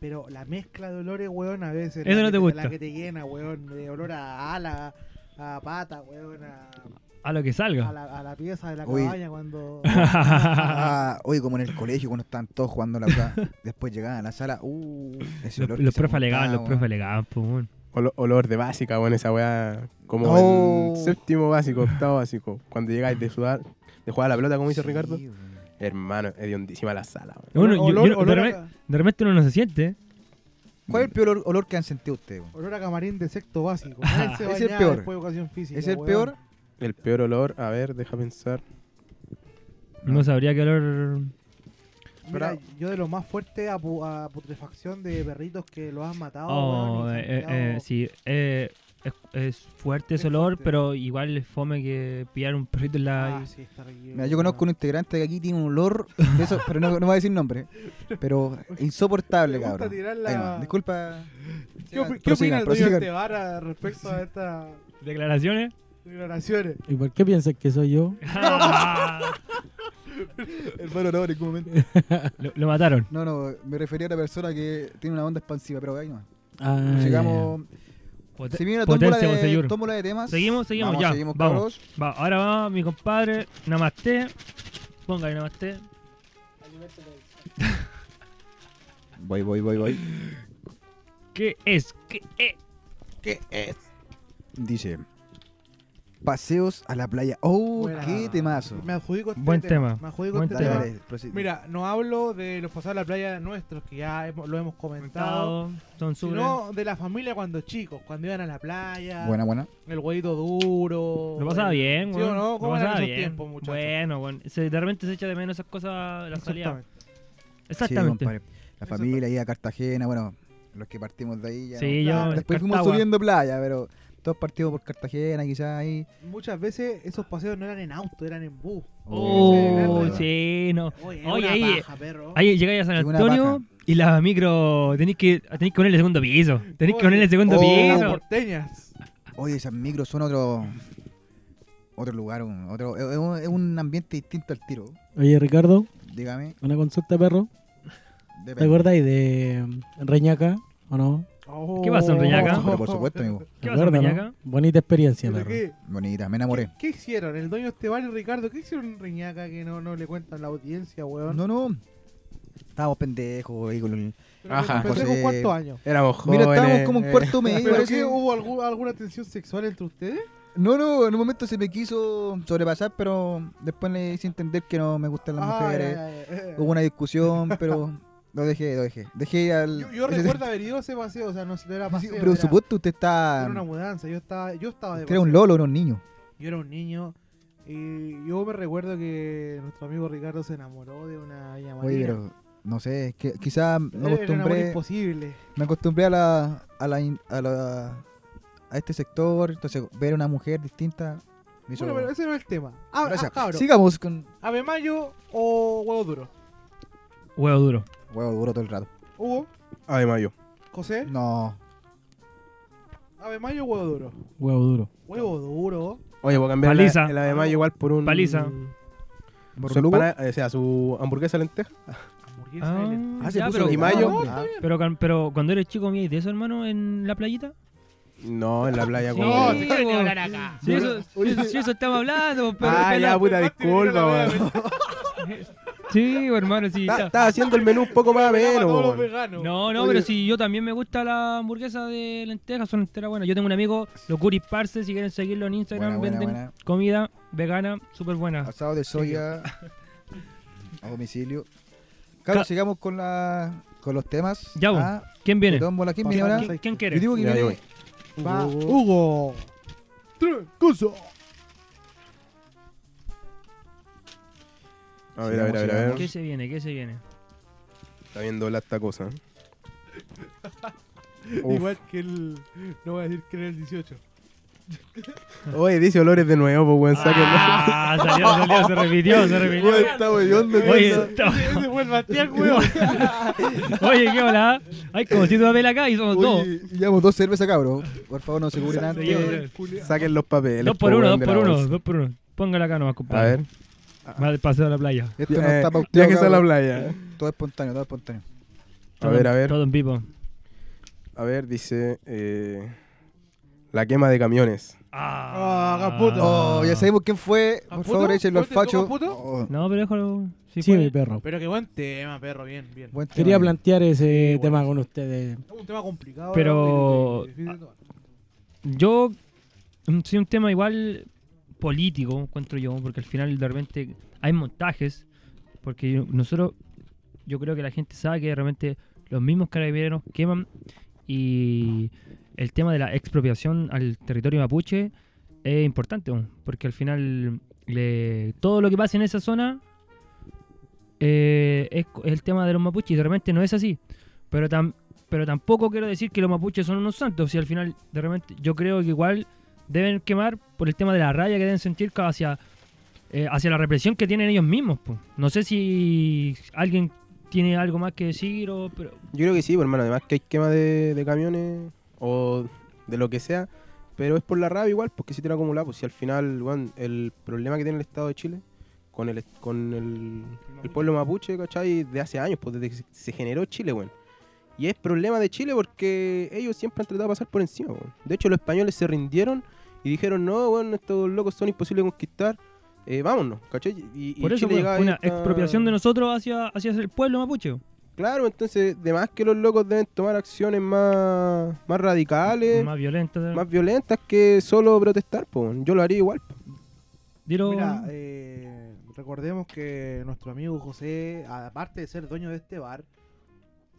Pero la mezcla de olores, weón, a veces.
Eso
la
no
que
te gusta.
La que te llena, weón, de olor a ala, a pata, weón, a,
A lo que
a,
salga.
la, a la pieza de la
Uy.
cabaña cuando.
Ah, oye, como en el colegio cuando estaban todos jugando a la weá. Después llegaban a la sala. Uh, ese
Los,
olor que
los
se
profes alegaban, los
juntaba,
profes alegaban, po, weón.
Olo- olor de básica, bueno, esa weá. Como
Oh.
en séptimo básico, octavo básico. Cuando llegáis de sudar, de jugar a la pelota, como dice
Sí,
Ricardo.
weón.
Hermano, hediondísima la sala, weón.
Uno- yo-
olor,
yo- de,
olor,
repente,
a,
de repente uno no se siente.
¿Cuál es el peor olor que han sentido ustedes? weón?
olor a camarín de sexto básico. Nadie se
Es el
bañaba
peor.
después de educación física,
¿Es el
weón.
peor?
El peor olor, a ver, deja pensar.
No, sabría qué olor.
Mira,
Pero-
yo de lo más fuerte a, pu- a putrefacción de perritos que los han matado.
Oh,
weón, y
eh,
se han
eh, eh,
quedado-
sí. eh, es, es fuerte ese
Es
olor,
fuerte.
pero igual es fome que pillar un perrito en la.
Ah, sí, está rico,
Mira, yo
weón.
conozco un integrante que aquí tiene un olor. de eso, pero no, no voy a decir nombre. Pero insoportable,
Me gusta
cabrón.
tirar
Ahí
la-
nomás, disculpa.
¿Qué, opi- qué
Prosigan,
opina el dueño de
prosigan.
este bar a- respecto a estas
Ah.
¿Declaraciones?
declaraciones?
¿Y por qué piensas que soy yo?
El peor olor en algún momento.
lo, lo mataron.
No, no, me refería a la persona que tiene una onda expansiva, pero ahí no.
Ah,
Llegamos.
Pot-
Se viene la tómbola
potencia,
de,
Monseñor.
tómbola de temas.
Seguimos, seguimos,
Vamos,
ya.
seguimos,
vamos.
cabros.
Va, ahora va mi compadre. Namaste. Póngale namaste.
Voy, voy, voy, voy.
¿Qué es? ¿Qué es?
Dice. Paseos a la playa. Oh,
Buena.
qué temazo.
Me adjudico este
Buen tema,
Me adjudico
buen
este
Dale,
tema.
tema.
dale, prosigue.
Mira, no hablo de los pasados a la playa nuestros, que ya hemos- lo hemos comentado,
Tao, Son su
sino de la familia cuando chicos, cuando iban a la playa,
Buena, buena.
el huevito duro.
Lo pasaba bien,
eh, ¿Sí
weón.
o no?
Lo
¿Cómo eran
pasaba
esos
bien.
tiempos, muchachos?
Bueno, bueno. Se, de repente se echa de menos esas cosas, las salidas.
Exactamente.
Exactamente.
Sí, compadre. la familia, ir a Cartagena, bueno, los que partimos de ahí ya.
Sí,
no.
yo-
Después fuimos
Cartagua.
subiendo playa, pero todos partimos por Cartagena, quizás ahí.
Muchas veces esos paseos no eran en auto, eran en bus.
oh,
Sí,
sí, no.
Oye,
Oye,
una
ahí-
paja, perro.
Ahí llegáis a San
Sí, una
Antonio y la micro. Tenéis que, tenéis que ponerle segundo piso. Tenéis que ponerle segundo
Oh,
Las
piso.
porteñas.
Oye, esas micros son otro otro lugar, un- otro, es- es un- es un ambiente distinto al tiro.
Oye, Ricardo,
Dígame,
una consulta, perro. ¿Te
depende.
acuerdas de mm, Reñaca o no?
¿Qué pasa, Reñaca?
Oh, Pero por supuesto, amigo.
¿Qué pasa,
Recuerda, ¿no?
Reñaca?
Bonita experiencia,
Oh, ¿Pero
perro.
qué,
Bonita, me enamoré.
¿Qué hicieron? El dueño Esteban y Ricardo, ¿qué hicieron en Reñaca que no, no le cuentan a la audiencia, weón?
No, no. Estábamos pendejos, ahí con el-
Pero
Ajá.
pensé con
José.
cuántos años.
Éramos jóvenes.
Mira, estábamos como en
eh,
cuarto medio.
¿Pero
parece.
qué, hubo algún- alguna tensión sexual entre ustedes?
No, no, en un momento se me quiso sobrepasar, pero después le hice entender que no me gustan las
Ah,
mujeres.
ya, ya, ya, ya.
Hubo una discusión, pero lo dejé, lo dejé. Dejé al.
Yo,
ese-
yo recuerdo haber ido a ese paseo, o sea, no se era
Sí,
paseo.
pero
era,
supuesto, usted está.
era una mudanza, yo estaba, yo estaba de
Usted era un
paseo.
lolo, era un niño.
Yo era un niño y yo me recuerdo que nuestro amigo Ricardo se enamoró de una llamarina.
Oye, pero. No sé, es que quizás
Era-
me
Era un amor
acostumbré,
imposible.
me acostumbré a la, a la, in- a la- a este sector, entonces ver una mujer distinta me hizo-
Bueno, pero ese no es el tema. Ah, ah
Gracias.
cabrón.
Sigamos con
¿Ave Mayo o Huevo Duro?
Huevo duro.
huevo duro todo el rato.
Hugo,
Ah, de mayo.
José,
No,
Ave Mayo o Huevo Duro.
Huevo duro.
Huevo Duro.
Oye, voy a cambiar la-
Paliza.
la, de mayo igual por un.
Paliza.
¿Por
Su
Lugo?
empana- o sea, su hamburguesa de lenteja.
Hamburguesa de lentejas.
Ah,
se
ya,
puso
pero,
Y mayo.
no, está bien.
pero, can- pero cuando eres chico, ¿comías de eso, hermano, en la playita?
No, en la playa
Sí,
como.
no,
Ah,
sí, Si eso, si eso- si eso estamos hablando, pero.
Ah, ya, puta, disculpa, weón.
Sí, hermano, sí.
Está-
está.
Estaba haciendo el menú un poco más
Para
ameno,
todos los
weón.
veganos.
No, no,
Oye.
pero si yo también me gusta la hamburguesa de lentejas, son enteras buenas. Yo tengo un amigo, Locuris Parce, si quieren seguirlo en Instagram,
Buena, buena,
venden
buena.
comida vegana súper buena.
Asado de soya a domicilio. Claro,
Ca-
sigamos con la con los temas.
Ya, vos.
Ah,
¿Quién viene?
Don Bola, ¿quién
Pasamos
viene ahora?
aquí.
¿Qui- ¿Quién
Yo
quiere?
digo que
Ya,
viene este.
Va, Hugo. Tres cosas.
A ver, a ver, a ver, a
¿Qué
ver.
se viene? ¿Qué se viene?
Está viendo la esta cosa. Uf.
Igual que el. No voy a decir que era el 18.
Oye, dice olores de nuevo, pues, weón. Sáquenlo.
Ah, salió, salió, se repitió, se repitió.
Weón, está hediondo,
Oye,
weón.
está-
Ese fue el Bastián, weón.
oye, qué hola. Hay como si papel acá y somos dos.
Oye, Llevamos dos cervezas, cabro. Por favor, no se cubren antes.
Seguimos.
Saquen los papeles.
Dos por
po,
uno, dos
weón, de la
por uno,
bolsa.
dos por uno. Póngala acá nomás,
A
compadre.
ver.
Más del paseo a la playa.
Esto no
Eh,
está pauteado.
Viajes a la
cabro.
playa.
Todo espontáneo, todo espontáneo.
A ver, a ver.
Todo en pipo.
A ver, dice. eh, la quema de camiones.
Ah,
Ah, Caputo.
Oh, ya sabemos quién fue. Por
¿Caputo?
favor, echen los
¿Fuiste tú,
fachos.
Caputo?
Oh,
No, pero déjalo. Si
Sí,
fue.
mi perro.
Pero qué buen tema, perro. Bien, bien.
buen tema.
Quería plantear ese
Sí, bueno,
tema
sí.
con ustedes.
Es un tema complicado.
Pero-
¿no? Difícil de tomar.
Yo, mm, sí, un tema igual político, encuentro yo, porque al final de repente hay montajes, porque yo- nosotros, yo creo que la gente sabe que de repente los mismos carabineros queman y el tema de la expropiación al territorio mapuche es importante, ¿no? porque al final le- todo lo que pasa en esa zona eh, es, co- es el tema de los mapuches y de repente no es así, pero tam- pero tampoco quiero decir que los mapuches son unos santos. Si al final, de repente, yo creo que igual deben quemar por el tema de la rabia que deben sentir ca- hacia, eh, hacia la represión que tienen ellos mismos. po. No sé si alguien tiene algo más que decir o. Pero,
Yo creo que sí, pues, hermano. Además que hay quema de, de camiones o de lo que sea. Pero es por la rabia igual, porque si tiene acumulado. Pues si al final, weón, el problema que tiene el Estado de Chile con el, con el, el pueblo mapuche, ¿cachai? De hace años, pues desde que se- se generó Chile, weón. Y es problema de Chile porque ellos siempre han tratado de pasar por encima, weón. De hecho, los españoles se rindieron y dijeron, no, weón, estos locos son imposibles de conquistar. eh, vámonos, ¿cachai? Y, y
por eso
Chile
weón,
llegaba
fue
ahí
una
hasta-
expropiación de nosotros hacia, hacia el pueblo mapuche.
Claro, entonces, de más que los locos deben tomar acciones más, más radicales, más,
Más violenta. de-
violentas que solo protestar, po. Yo lo haría igual. po.
Dilo.
Mira, eh, recordemos que nuestro amigo José, aparte de ser dueño de este bar,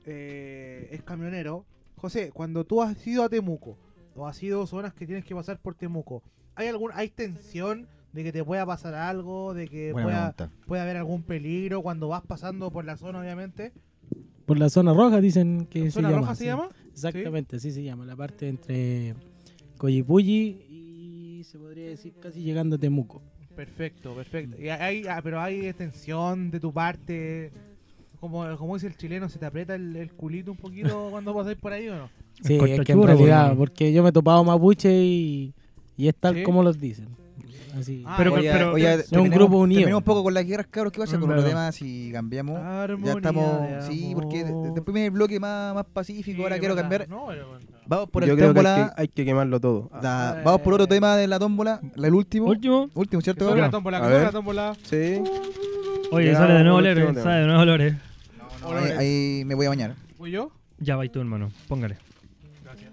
eh, es camionero. José, cuando tú has ido a Temuco, o has ido zonas que tienes que pasar por Temuco, ¿hay algún hay tensión de que te pueda pasar algo, de que
Buena
pueda,
pregunta.
pueda haber algún peligro cuando vas pasando por la zona, obviamente?
Por la zona roja dicen que
¿Zona
se llama.
roja se
sí.
llama?
Exactamente, sí se llama. La parte entre Coyipulli y se podría decir casi llegando a Temuco.
Perfecto, perfecto. Y hay, ah, pero hay extensión de tu parte. Como, como dice el chileno, se te aprieta el, el culito un poquito cuando pasáis por ahí o no.
Sí,
Corta
es que en
churro,
realidad,
weón.
porque yo me he topado mapuche y, y es tal
Sí.
como los dicen. Así.
Ah,
Pero-
oye,
pero-
oye,
es un
terminemos-
grupo unido.
terminemos un poco con las guerras, cabros. ¿Qué pasa con los
Claro.
temas si cambiamos?
Ah, Armonía
ya
de
estamos. Sí,
amor.
porque de- de- después viene el bloque más, más pacífico.
Sí,
ahora quiero
verdad.
cambiar.
No, pero bueno.
Vamos por
Yo
el
creo que hay,
tómbola.
que hay que quemarlo todo. Ah,
da- vamos por otro tema de la tómbola. la- El último.
Último.
Último, ¿cierto?
Sobre la
cabrón?
tómbola,
A
sobre
ver.
la tómbola.
sí.
Oye,
Ya,
sale de nuevo
último
Lore.
tema.
Sale de nuevo Lore.
No, ahí, ahí me voy a bañar.
¿Voy yo?
Ya vais tú, hermano. Póngale.
Gracias.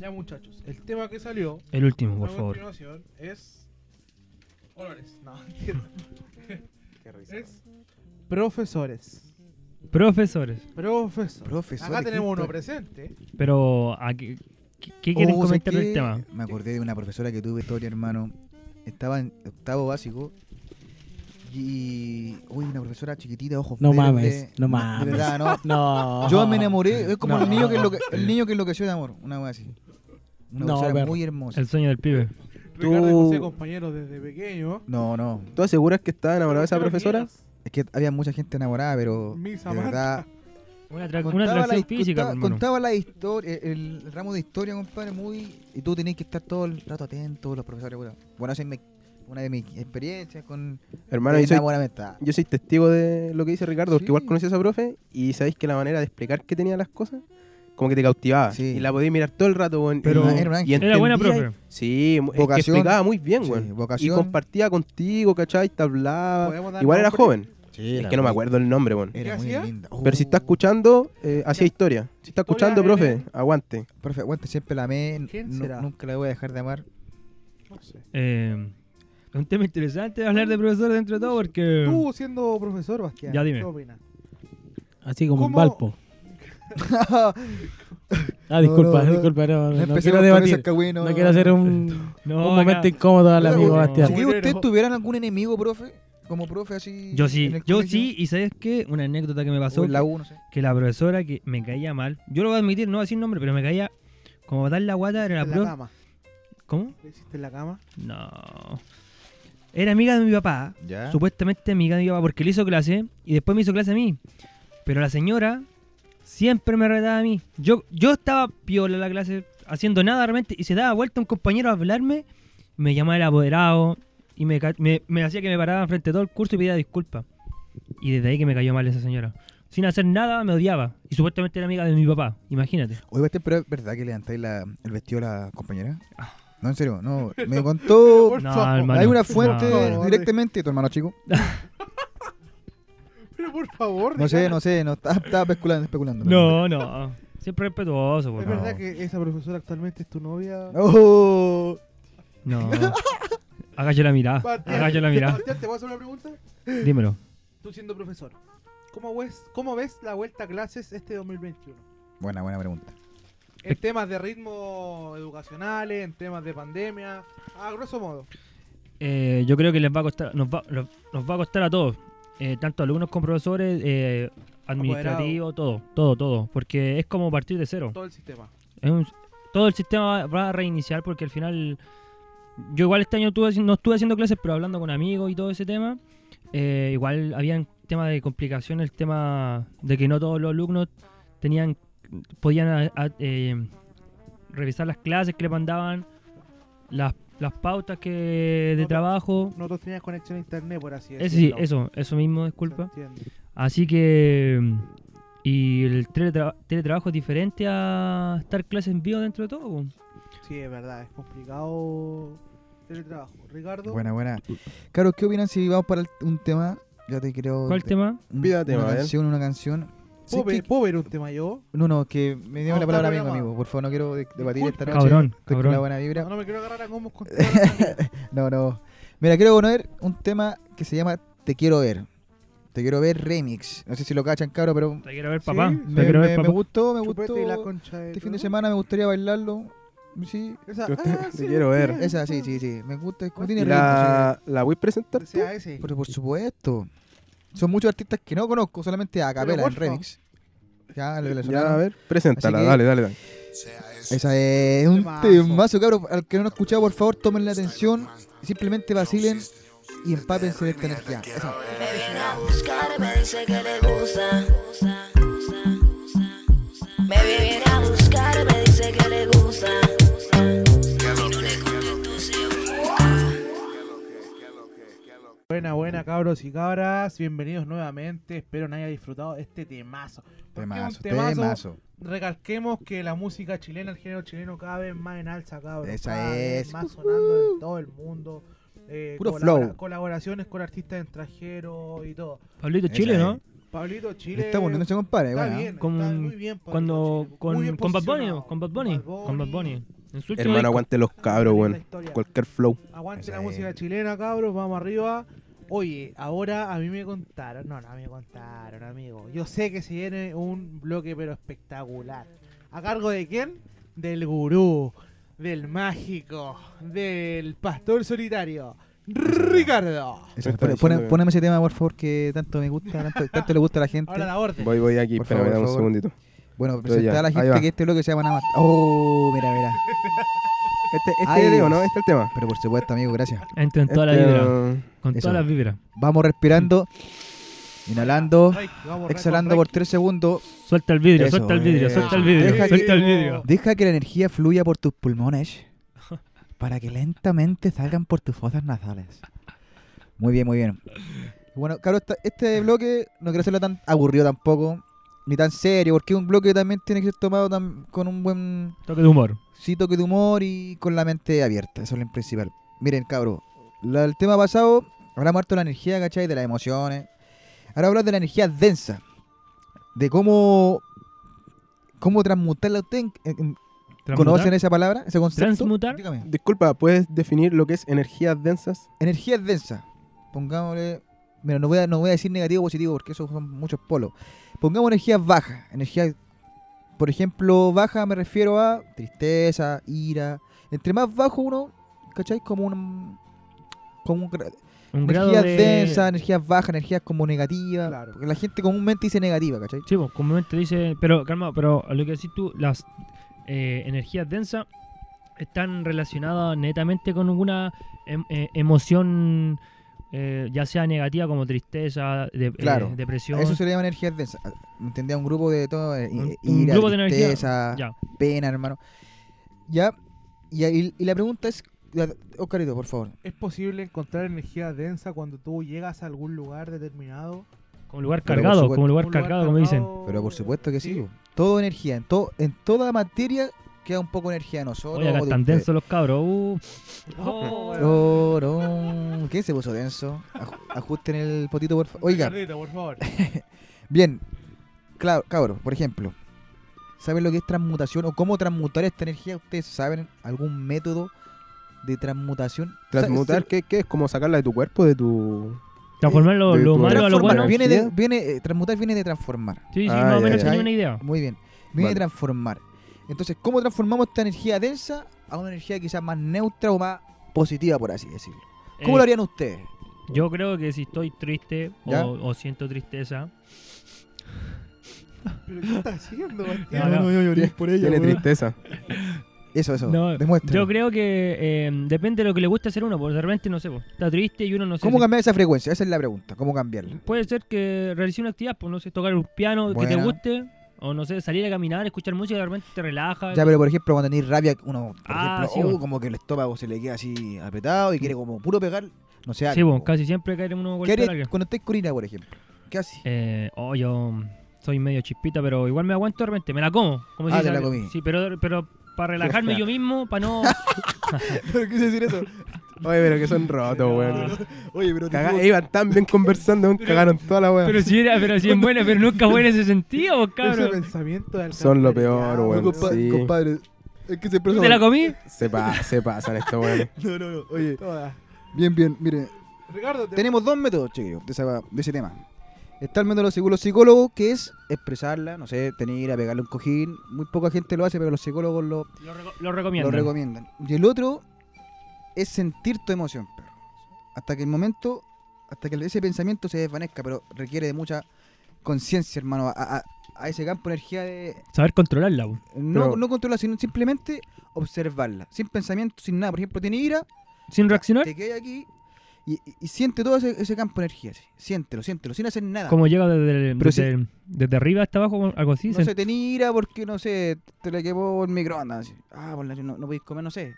Ya, muchachos, el tema que salió
El último,
a
por favor.
continuación es. Olores. No, mentira. es. Profesores.
Profesores.
Profesores.
Profesor.
Acá tenemos uno presente.
Pero, ¿a qué, qué- qué quieren
Oh, ¿sabes
comentar
qué?
del tema?
Me acordé de una profesora que tuve historia, hermano. Estaba en octavo básico. Y. Uy, una profesora chiquitita, ojos
No
verdes.
mames, no mames.
De verdad, ¿no?
No.
Yo me enamoré, es como
No.
el, niño que enloque- el niño que enloqueció de amor, una wea así. Una
No,
persona
perro.
muy hermosa.
El sueño del pibe.
Ricardo y
Tú-
José, compañeros desde pequeño.
No, no,
¿Tú aseguras que estaba enamorada de esa profesora?
es que había mucha gente enamorada, pero
Mis
de
amantes.
verdad
Una, atrac- una
contaba la,
atracción física,
contaba,
hermano.
contaba la historia, el, el ramo de historia, compadre, muy y tú tenías que estar todo el rato atento, los profesores, bueno, bueno, esa es mi- una de mis experiencias con
Hermano,
el
yo soy,
enamoramiento.
yo soy testigo de lo que dice Ricardo, porque
Sí.
igual conocí a esa profe y sabéis que la manera de explicar que tenía las cosas, como que te cautivaba.
Sí.
Y la podías mirar todo el rato, weón.
Pero-
y,
Era un
y
ángel.
Era buena
entendía-
profe.
Sí, es que
Vocación.
explicaba muy bien,
Sí,
weón. y
vocación.
compartía contigo, ¿cachai? Te hablaba.
¿Podemos dar
Igual era
nombre?
joven.
Sí,
Es
era
que no me
muy-
acuerdo el nombre, weón.
Era muy
hacía?
linda.
Pero si está
Oh.
escuchando, eh, hacía historia. Si está
Historia
escuchando,
en
profe, aguante.
Profe, aguante, siempre la amé,
¿Quién
nu-
será?
nunca la voy a dejar de amar.
No sé.
Eh, es un tema interesante hablar de profesor dentro de todo porque...
Tú siendo profesor, Bastián.
Ya dime.
¿Qué opinas?
Así como un
¿Cómo?
Valpo. Ah,
No,
disculpa,
no, no.
disculpa, no, no, no
empecemos
quiero
con
debatir.
esas cagüey, no,
No quiero hacer un,
No,
un momento
acá-
incómodo al
Claro,
amigo
no.
Bastián.
Chiquillos, ¿ustedes
Bueno.
tuvieran algún enemigo, profe? Como profe, así.
Yo sí,
en el
yo
colegio?
sí, y ¿sabes qué? Una anécdota que me
O
pasó,
en la U, no sé.
que la profesora que me caía mal, yo lo voy a admitir, no voy a decir nombre, pero me caía como tal la guata, era
en
la
la
profe...
cama.
¿Cómo?
¿Le hiciste en la cama?
No. Era amiga de mi papá,
Ya.
supuestamente amiga de mi papá, porque le hizo clase y después me hizo clase a mí. Pero la señora siempre me retaba a mí. Yo, yo estaba piola en la clase, haciendo nada realmente, y se daba vuelta un compañero a hablarme, me llamaba el apoderado y me, ca- me- me hacía que me parara frente a todo el curso y pedía disculpas. Y desde ahí que me cayó mal esa señora. Sin hacer nada me odiaba. Y supuestamente era amiga de mi papá, imagínate.
Oye, Bastián, pero ¿es verdad que levantáis la, el vestido a la compañera? No, en serio, no. Me contó.
Por
No,
favor.
hermano.
Hay una fuente
No.
directamente, tu hermano chico.
Pero por favor.
No sé,
Ricardo.
no sé, no estaba, estaba especulando, especulando.
No, no. Siempre respetuoso, por
¿Es
favor.
verdad que esa profesora actualmente es tu novia?
Oh,
No. Agacho la mirada.
Bastián,
Agacho la mirada.
Bastián, ¿te puedo hacer una pregunta?
Dímelo.
Tú siendo profesor, ¿cómo ves, cómo ves la vuelta a clases este 2021?
buena, buena pregunta.
En temas de ritmos educacionales, en temas de pandemia, a grosso modo.
Eh, yo creo que les va a costar, nos va, nos- nos va a costar a todos, eh, tanto alumnos como profesores, eh, administrativos, todo, todo, todo, porque es como partir de cero.
Todo el sistema.
Es un- todo el sistema va- va a reiniciar porque al final, yo igual este año estuve haci- no estuve haciendo clases, pero hablando con amigos y todo ese tema, eh, igual habían temas de complicación, el tema de que no todos los alumnos tenían, podían a- a- eh, revisar las clases que le mandaban, las, las pautas que de
No te-
trabajo.
No todos tenías conexión a internet, por así
Eso, sí,
decirlo.
eso, eso mismo,
Se
disculpa.
entiende.
Así que. mm, Y el teletra- teletrabajo es diferente a estar clases en vivo dentro de todo. po.
Sí, es verdad, es complicado teletrabajo. Ricardo,
Buena, buena. Caro, ¿qué opinan si vamos para el- un tema? Ya te creo.
¿Cuál tema?
un-
Pida tema,
Una
a ver.
canción, una canción. Sí,
¿puedo,
que-
ver, puedo ver un tema yo?
No, no, que me dio
No,
la palabra
está
amigo,
programado.
amigo. Por favor, no quiero de- debatir esta noche.
Cabrón,
Estoy con
cabrón.
la buena vibra.
No, no me quiero agarrar a gomos con toda la familia.
No, no. Mira, quiero poner un tema que se llama Te quiero ver. Te quiero ver remix. No sé si lo cachan, cabro, pero
Te quiero ver, papá.
Sí,
Te
me,
quiero ver,
me-
papá.
me gustó, me gustó.
Chupete y la concha de
Este fin
tu-
de semana me gustaría bailarlo. Sí,
Esa,
Yo
ah,
te
sí,
quiero ver.
entiendo.
esa, sí, sí, sí. Me gusta, es como
¿Y
tiene ritmo,
la, la voy a presentar?
O sea, ese.
sí. Pero por supuesto. Son muchos artistas que no conozco, solamente a capela en
porfa.
remix. Ya, lo que le
Ya, a
sonaba.
ver, preséntala,
Así que-
dale, dale, dale.
Esa es un
Temazo.
temazo, cabrón. Al que no lo ha escuchado, por favor, tomen la atención. Simplemente vacilen y empápense de esta energía. Esa.
Me viene a buscar, me dice que le gusta. Me viene a buscar, me dice que le gusta. Y no le contesto, se ofusca.
Buena, buena, cabros y cabras. Bienvenidos nuevamente. Espero que hayan disfrutado este temazo. Porque
Temazo,
es un temazo.
temazo.
Recalquemos que la música chilena, el género chileno, cada vez más en alza, cabros.
Esa
Cada vez
es.
Más sonando en todo el mundo. Eh,
Puro
colabora-
flow.
Colaboraciones con artistas extranjeros y todo.
Pablito
Esa
Chile,
es.
¿no?
Pablito Chile.
Le está poniendo ese compadre,
está
bueno.
¿eh?
bien,
Con-
está muy bien. Pablito
Cuando
Chile. Muy
con,
bien
con Bad Bunny,
posicionado.
con Bad Bunny, con Bad Bunny. En su último
Hermano,
disco.
aguante los cabros,
La
weón.
historia.
Cualquier flow.
Aguante
Esa
la
es.
música chilena, cabros, vamos arriba. Oye, ahora a mí me contaron, no, no a mí me contaron, amigo. Yo sé que se viene un bloque pero espectacular. ¿A cargo de quién? Del gurú, del mágico, del pastor solitario, Ricardo.
Esa- pone-
Me está diciendo
pone-
que-
Poneme ese tema, por favor, que tanto me gusta, tanto, tanto le gusta a la gente.
Ahora la orden.
Voy, voy aquí,
Por
espérame,
favor,
dame un
por favor.
segundito.
Bueno,
Pero
presentar
ya,
a la
ahí
gente
va.
que este bloque se llama Nada más. Oh, mira, mira.
Este, este
Ay,
es el, ¿o
Dios.
no? Este es el tema.
Pero por supuesto, amigo, gracias.
Entra en toda
Este,
la vibra.
um,
Con
eso.
todas las vibras.
Vamos respirando, inhalando,
Reiki, vamos, Reiki,
exhalando por
Reiki.
3 segundos.
Suelta el vidrio,
Eso,
suelta el vidrio,
eso.
suelta el vidrio,
Deja que-
suelta el vidrio.
Deja que la energía fluya por tus pulmones para que lentamente salgan por tus fosas nasales. Muy bien, muy bien. Bueno, Carlos, esta- este bloque no quiero hacerlo tan aburrido tampoco, ni tan serio, porque es un bloque que también tiene que ser tomado tam- con un buen
Toque de humor.
sí, toque de humor y con la mente abierta. Eso es lo principal. Miren, cabros, la- el tema pasado hablamos harto de la energía, ¿cachai? De las emociones. Ahora hablamos de la energía densa. De cómo, cómo transmutarla. ¿Ustedes en- en- conocen esa palabra, ese concepto?
Transmutar.
Dígame.
Disculpa, ¿puedes definir lo que es energías densas?
Energía densa. Pongámosle... Mira, no voy, a, no voy a decir negativo o positivo porque esos son muchos polos. Pongamos energías bajas. Energía, por ejemplo, baja me refiero a tristeza, ira. Entre más bajo uno, ¿cachai? Como un... Como un gra-
Un grado
energías
de...
densas, energías bajas, energías como negativas.
Claro.
Porque la gente comúnmente dice negativa, ¿cachai?
Sí, pues, comúnmente dice, pero calma, pero a lo que decís tú, las eh, energías densas están relacionadas netamente con alguna em- eh, emoción, eh, ya sea negativa como tristeza, de-
Claro.
eh, depresión.
A eso se le llama energías densas. Ah, ¿Entendía? Un grupo de todo. eh,
Un-
i-
un
ira,
grupo de energía,
tristeza,
ya.
pena, hermano. Ya. Y, ahí- y la pregunta es. la- Oscarito, por favor.
¿Es posible encontrar energía densa cuando tú llegas a algún lugar determinado?
Como lugar
Pero por
cargado,
supuesto.
como lugar
Un
cargado, como dicen.
cargado,
Pero por supuesto que sí.
sí.
po. Todo energía. En, todo en toda materia queda un poco de energía de nosotros.
Oye, acá
o de
están
ustedes.
densos los cabros. uh.
Oh,
Torón. ¿Qué se puso denso? Aj- Ajusten el potito, por favor. Oiga,
Carlito, por favor.
bien. Claro, cabros, por ejemplo. ¿Saben lo que es transmutación o cómo transmutar esta energía? ¿Ustedes saben algún método de transmutación?
Transmutar, ¿qué, qué es? ¿Como sacarla de tu cuerpo, de tu...?
Transformar lo,
de
lo
tu-
malo a lo
Transformar.
bueno.
Viene
energía.
de, viene, eh, transmutar viene de transformar.
Sí, sí,
Ah,
más o
ya,
menos
ya.
tenía una idea.
Muy bien. Viene
Vale.
de transformar. Entonces, ¿cómo transformamos esta energía densa a una energía quizás más neutra o más positiva, por así decirlo? ¿Cómo
Eh,
lo harían ustedes?
Yo creo que si estoy triste
¿Ya?
o, o siento tristeza,
¿Pero qué estás haciendo,
No, no.
yo lloré por
Tiene tristeza.
Eso, eso.
No,
Demuestra.
Yo creo que eh, depende de lo que le guste hacer uno, porque de repente, no sé, po, está triste y uno no sé.
¿Cómo
si-
cambiar esa frecuencia? Esa es la pregunta. ¿Cómo cambiarla?
Puede ser que realice una actividad, pues no sé, tocar un piano que te
Buena.
guste, o no sé, salir a caminar, escuchar música, de repente te relaja.
Ya, pero por ejemplo, cuando tenéis rabia, uno, por
Ah,
ejemplo,
sí,
oh,
bo.
como que el estómago se le queda así apretado y quiere como puro pegar, no sé,
sí,
algo.
pues casi siempre cae uno
¿Qué
golpe
harías
a la que-
cuando estáis con ira, por ejemplo? ¿Qué haces?
Eh, oh, yo soy medio chispita, pero igual me aguanto de repente, me la como. como
Ah,
si
te la
sal-
comí.
Sí, pero, pero para relajarme yo mismo, para no.
¿Pero qué decir eso?
Oye, pero que son rotos, weón.
Oye, pero
Caga- Iban tan bien conversando, weón, cagaron toda la weón.
pero si era, pero si es buena, pero nunca buena en ese sentido, vos,
Ese
cabrón.
pensamiento de
Son lo
alcantarillado,
peor, weón.
loco,
sí.
compadre, es que se
¿Tú ¿Te la comí?
Se, pa- se pasan estos weones.
No, no, no. Oye,
toda.
bien, bien, mire.
Ricardo, te-
Tenemos dos métodos, chiquillos, de, esa- de ese tema. Está el método según los psicólogos, que es expresarla, no sé, tener a pegarle un cojín. Muy poca gente lo hace, pero los psicólogos lo,
Lo, reco- lo
lo
recomiendo.
recomiendan. Y el otro es sentir tu emoción, perro. Hasta que el momento, hasta que ese pensamiento se desvanezca, pero requiere de mucha conciencia, hermano, a, a- a ese campo de energía de...
Saber controlarla, po.
No,
Pero-
no controlar, sino simplemente observarla, sin pensamiento, sin nada. Por ejemplo, tiene ira,
sin reaccionar.
te quedas aquí y, y- y siente todo ese, ese campo de energía. así. Siéntelo, siéntelo, sin hacer nada.
Como llega desde,
Pero
desde, desde arriba hasta abajo, algo así.
no
se-
sé, tenés ira porque, no sé, te le quemó el microondas. así. Ah, por la- no, no podéis comer, no sé.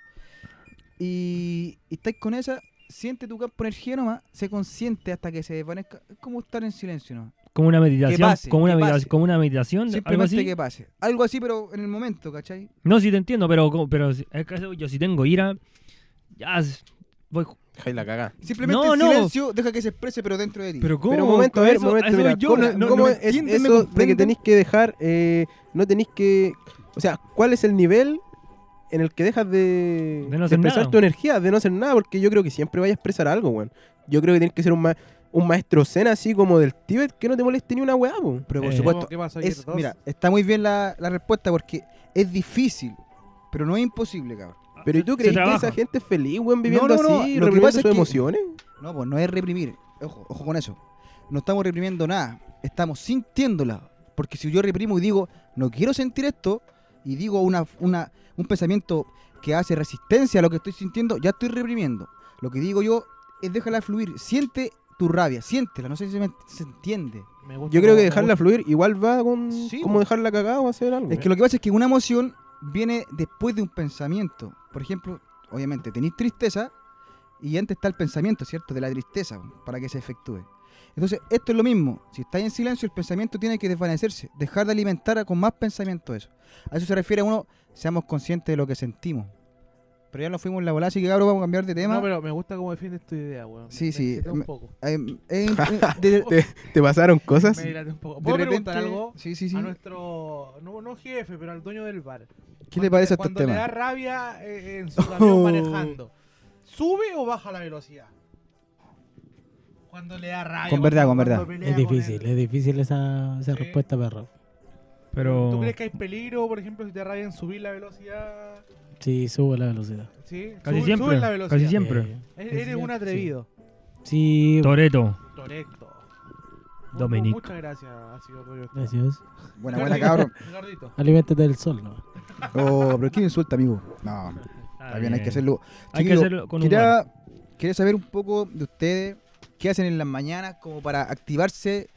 Y, y estáis con esa, siente tu campo energía nomás, se consciente hasta que se desvanezca. Es como estar en silencio nomás.
Como una meditación,
pase,
como, una
que
medita-
pase.
como una meditación, algo
Simplemente
así.
que pase. Algo así, pero en el momento, ¿cachai?
No, si te entiendo, pero, co- pero si- es que yo si tengo ira, ya s- voy...
Jai la cagá.
Simplemente
No,
en
no.
silencio, deja que se exprese, pero dentro de ti.
Pero
Pero un momento, a ver, un momento, mira, ¿cómo, cómo es eso de que tenéis que dejar, eh, no tenéis que, o sea, cuál es el nivel en el que dejas de,
De no hacer
expresar
nada.
tu energía, de no hacer nada, porque yo creo que siempre vaya a expresar algo, weón. Yo creo que tienes que ser un, ma- un maestro zen así como del Tíbet que no te moleste ni una weá, po.
Pero por
Eh,
supuesto,
¿Qué pasó ayer?
es,
Dos.
mira, está muy bien la, la respuesta porque es difícil, pero no es imposible, cabrón.
Pero ¿y tú crees que
trabaja.
esa gente es feliz, weón, viviendo
no, no,
así,
lo que
reprimiendo
pasa es
sus
que-
emociones?
No, pues no es reprimir. Ojo, ojo con eso. No estamos reprimiendo nada, estamos sintiéndola. Porque si yo reprimo y digo, no quiero sentir esto, y digo una, una, un pensamiento que hace resistencia a lo que estoy sintiendo, ya estoy reprimiendo. Lo que digo yo es déjala fluir. Siente tu rabia, siéntela. No sé si se, me- se entiende.
Me gusta
Yo creo
cómo-
que
me
dejarla fluir igual va con
Sí,
como
po.
dejarla cagada o hacer algo.
Es que lo que pasa es que una emoción viene después de un pensamiento. Por ejemplo, obviamente, tenéis tristeza y antes está el pensamiento, ¿cierto? De la tristeza, para que se efectúe. Entonces, esto es lo mismo. Si estáis en silencio, el pensamiento tiene que desvanecerse, dejar de alimentar con más pensamiento eso. A eso se refiere uno, seamos conscientes de lo que sentimos. Pero ya nos fuimos en la bola, así que cabrón, vamos a cambiar de tema.
No, pero me gusta cómo defiendes tu idea, weón.
Sí,
Me
sí,
excité Un
me-
poco.
Eh, eh, eh, de, de
¿Te pasaron cosas?
Me dilaté un poco. ¿Puedo preguntar algo? Ah,
Sí, sí, sí.
A nuestro, no, no jefe, pero al dueño del bar.
¿Qué le parece a estos
Cuando le da
temas? Oh.
rabia eh, en su camión manejando, ¿sube o baja la velocidad? Cuando le da rabia.
Con verdad,
cuando-
con verdad.
cuando pelea
Es
con
difícil,
él.
es difícil esa, esa
Sí.
respuesta, perro.
Pero...
¿Tú crees que hay peligro, por ejemplo, si te da rabia en subir la velocidad?
Sí, sube la velocidad.
Sí,
Casi
sube,
siempre,
sube la
casi
velocidad.
siempre.
Eh,
E-
casi
Eres un
siempre,
atrevido.
Sí,
Toreto.
Correcto. Mu- mu-
Dominic.
Muchas gracias, ha sido todo esto.
gracias.
Buena, buena, cabrón.
Gordito.
Aliméntate del sol, ¿no?
Oh, pero ¿quién insulta, amigo? No. Está bien, hay que hacerlo.
Hay que
Chiquillo,
hacerlo con humor.
quería, quería saber un poco de ustedes qué hacen en las mañanas como para activarse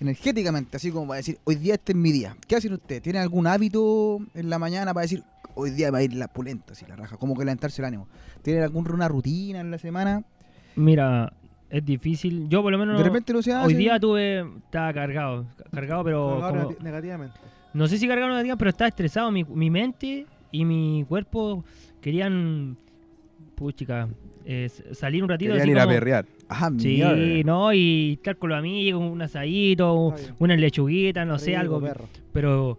energéticamente, así como para decir, hoy día este es mi día. ¿Qué hacen ustedes? ¿Tienen algún hábito en la mañana para decir, hoy día va a ir la pulenta, así la raja, como que levantarse el ánimo? ¿Tienen alguna rutina en la semana?
Mira, es difícil. Yo por lo menos
de repente no se
ah,
hace.
hoy día tuve... Estaba cargado. Cargado, pero...
Colgado
como-
neg- negativamente.
No sé si cargaron una tía, pero estaba estresado. Mi, mi mente y mi cuerpo querían. Puchica. eh, s- salir un ratito.
Querían
así
ir a
como-
perrear.
Ajá,
Sí,
Ah, mierda.
¿no? Y estar con los amigos, un asadito,
Está bien.
una lechuguita, no sé,
Rico,
algo.
perro.
Pero.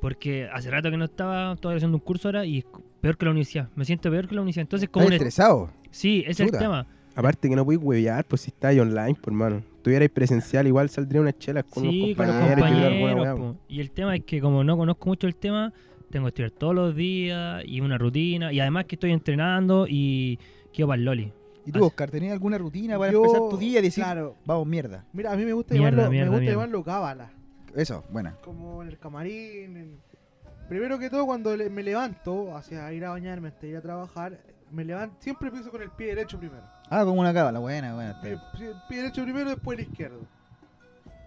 Porque hace rato que no estaba, estaba haciendo un curso ahora y es cu- peor que la universidad. Me siento peor que la universidad. Entonces, como.
¿Estás
un est-
estresado?
sí, ese es el
Chuta.
tema.
Aparte que no podéis huevear, pues si estáis online, por mano. Tuvierais presencial, igual saldría unas chelas con
Sí,
los
con los
compañeros. y tirar alguna
compañeros.
weá,
po. Y el tema es que como no conozco mucho el tema, tengo que estudiar todos los días y una rutina. Y además que estoy entrenando y quiero para el Loli.
¿Y
Así-
tú, Oscar, tenías alguna rutina para
Yo-
empezar tu día y decir,
Claro.
vamos, mierda?
Mira, a mí me gusta
Mierda,
llamarlo,
mierda,
me gusta
mierda.
llamarlo cábala.
Eso, buena.
como en el camarín. en- Primero que todo, cuando le- me levanto hacia ir a bañarme, hasta ir a trabajar, me levanto, siempre empiezo con el pie derecho primero.
Ah, como una cábala, buena, buena. está
Eh, El
bien.
pie, pie derecho primero, después el izquierdo.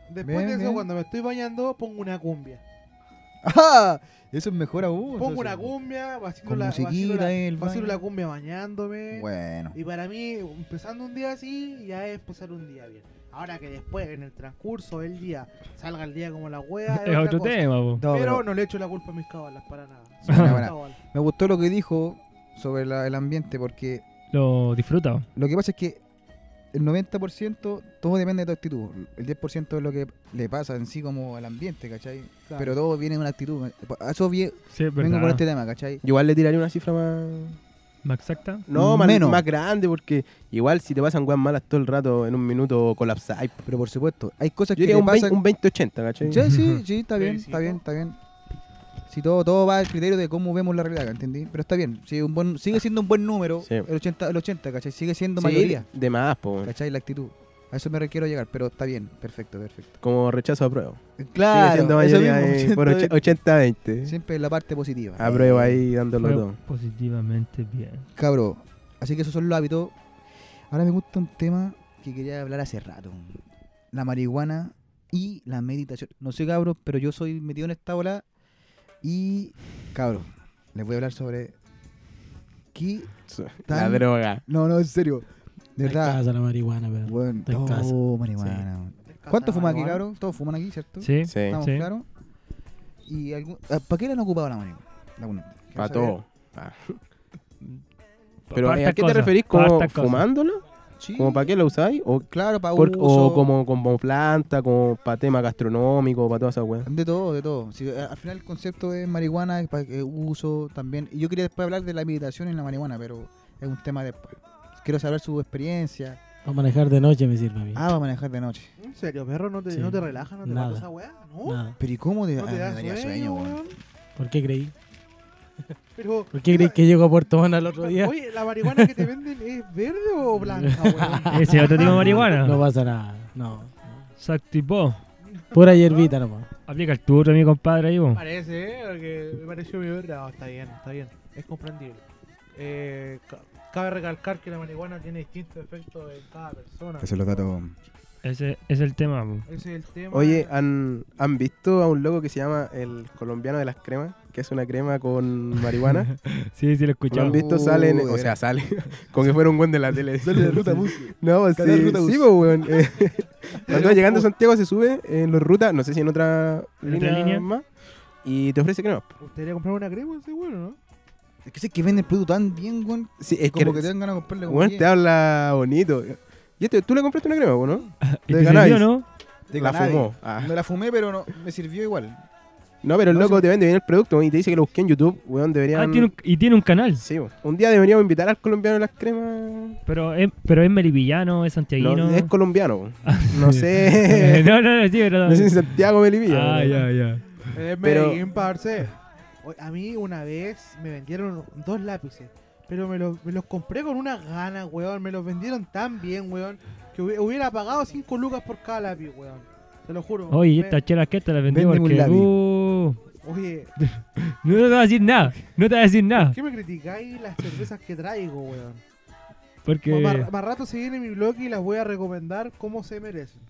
Después
Bien,
de eso,
bien.
cuando me estoy bañando, pongo una cumbia.
¡Ah! Eso es mejor aún.
Pongo una
entonces.
cumbia, vacilo,
Con
la, vacilo
musiquita
la-
en el
vacilo
baño.
la cumbia bañándome.
Bueno.
Y para mí, empezando un día así, ya es empezar un día bien. Ahora que después, en el transcurso del día, salga el día como la wea.
Es otro
cosa.
tema, po.
No,
pero,
pero-
no le echo la culpa a mis cabalas para nada. Son
Buena,
mis
buena.
cabalas.
Me gustó lo que dijo sobre la- el ambiente porque
Lo disfruto.
lo que pasa es que el 90% todo depende de tu actitud. El 10% es lo que le pasa en sí como al ambiente, ¿cachai?
Claro.
Pero todo viene de una actitud. A eso vi-
Sí, es
vengo
verdad.
con este tema, ¿cachai?
Yo igual le tiraría una cifra más.
¿Más exacta?
No, más,
Menos.
más grande, porque igual si te pasan weas malas todo el rato, en un minuto colapsáis. po.
Pero por supuesto, hay cosas
Yo
que
diría
te
un, 20
pasan...
un 20-80, ¿cachai?
Sí, sí, sí, está
Sí,
bien,
sí,
está
po.
bien, está bien. Si todo, todo va al criterio de cómo vemos la realidad, ¿entendí? Pero está bien, sí, un buen, sigue siendo un buen número
Sí.
el 80, el 80, ¿cachai? Sigue siendo
Sí,
mayoría,
de más, po, weón.
¿cachai? La actitud. A eso me requiero llegar, pero está bien, perfecto, perfecto.
como rechazo a prueba.
Claro,
Sigue siendo
eso
mayoría
mismo,
ahí,
siempre-
por Ah, och- 80-20.
Siempre la parte positiva.
A prueba ahí dándolo
Fue
todo.
positivamente bien.
Cabro, así que esos son los hábitos. Ahora me gusta un tema que quería hablar hace rato. La marihuana y la meditación. No sé, cabros, pero yo soy metido en esta bola. Y, cabros, les voy a hablar sobre... ¿Qué
La
Tan-
droga.
No, no, en serio. De
Está en
verdad.
casa la marihuana, pero.
Bueno,
Está en casa.
oh, marihuana. weón. ¿Cuánto fuman aquí, cabrón? Todos fuman aquí, ¿cierto?
Sí.
Sí,
¿Estamos
Sí.
claros? ¿Y algún- ah, ¿Para qué la han ocupado la marihuana? La ponen. Quiero
para
saber.
todo. Ah. Pero
Pa'
¿a
hartas
qué te
cosas,
referís?
pa'
¿Como
hartas cosas.
fumándola?
Sí,
¿Como para qué la usáis? ¿O,
claro, para
por-
uso.
o como, como planta, como para tema gastronómico, para toda esa weá?
De todo, de todo. Si, a- al final el concepto es marihuana, es para que uso también. Y yo quería después hablar de la meditación en la marihuana, pero es un tema después. Quiero saber su experiencia.
Para manejar de noche me sirve a mí.
Ah, va a manejar de noche.
¿eh? ¿En serio, perro? ¿No te,
Sí.
no te relaja? ¿No te
Nada.
mata esa weá? ¿No?
Nada.
Pero ¿y cómo te,
¿No
ah,
te
me
da
daría
sueño,
weón.
weón?
¿Por qué creí?
Pero,
¿Por qué creí que llego a Puerto Montt al otro día?
Oye, ¿la marihuana que te venden es verde o blanca, weón?
Eh, Ese es otro tipo de marihuana.
No pasa nada. No.
Se activó.
Pura hierbita nomás.
Aplica el turno, mi compadre, ahí, vos.
Parece, ¿eh? Porque me pareció mi verde. No, está bien, está bien. Es comprendible. Eh, ca- cabe recalcar que la marihuana tiene distintos efectos en cada persona.
Esos son los datos.
Ese es el tema, po.
Ese es el tema.
Oye, ¿han, ¿han visto a un loco que se llama el colombiano de las cremas? Que es una crema con marihuana.
Sí, sí, lo
¿Lo
escuchamos.
han visto?
Oh,
Salen,
de
o sea,
veras.
sale. Como que fuera un buen de la tele.
Dale ruta, bus.
No, pues
Canal
sí,
Ruta Bus.
sí, pues, weón. Eh, Cuando vas llegando a Santiago se sube en los rutas, no sé si en otra,
¿En otra
línea,
línea?
más, y te ofrece cremas.
¿Te gustaría comprar una crema ese bueno, no?
Es que sé que venden producto tan bien, weón.
Sí, es
como que,
que,
te dan ganas de comprarle como
weón,
que-
te habla bonito. Y este, tú le compraste una crema, po, ¿no?
¿Y
de
te
cannabis.
sirvió, no?
de
la
cannabis.
fumó. Ah.
Me la fumé, pero no, me sirvió igual.
No, pero el
No,
loco
sí.
te vende bien el producto y te dice que lo busqué en YouTube, weón, deberían...
Ah, tiene un- y tiene un canal.
Sí, po. un día deberíamos invitar al colombiano de las cremas.
Pero es, pero es merivillano, es santiaguino.
No, es colombiano, po. no
Eh,
sé...
no, no, Ah, no, sí, pero...
no sé si Santiago me
ah, ya, ya.
En
Pero-
Medellín, parce. Oye, A mí una vez me vendieron dos lápices, pero me los, me los compré con unas ganas, weón. Me los vendieron tan bien, weón, que hubi- hubiera pagado 5 lucas por cada lápiz, weón. Te lo juro.
Oye,
Me-
esta chela que te la vendí
Véndeme un
porque...
lápiz.
Uh,
Oye,
no te va a decir nada, no te va a decir nada.
¿qué me criticáis las cervezas que traigo, weón?
Porque...
Más, más rato se viene mi blog y las voy a recomendar como se merecen.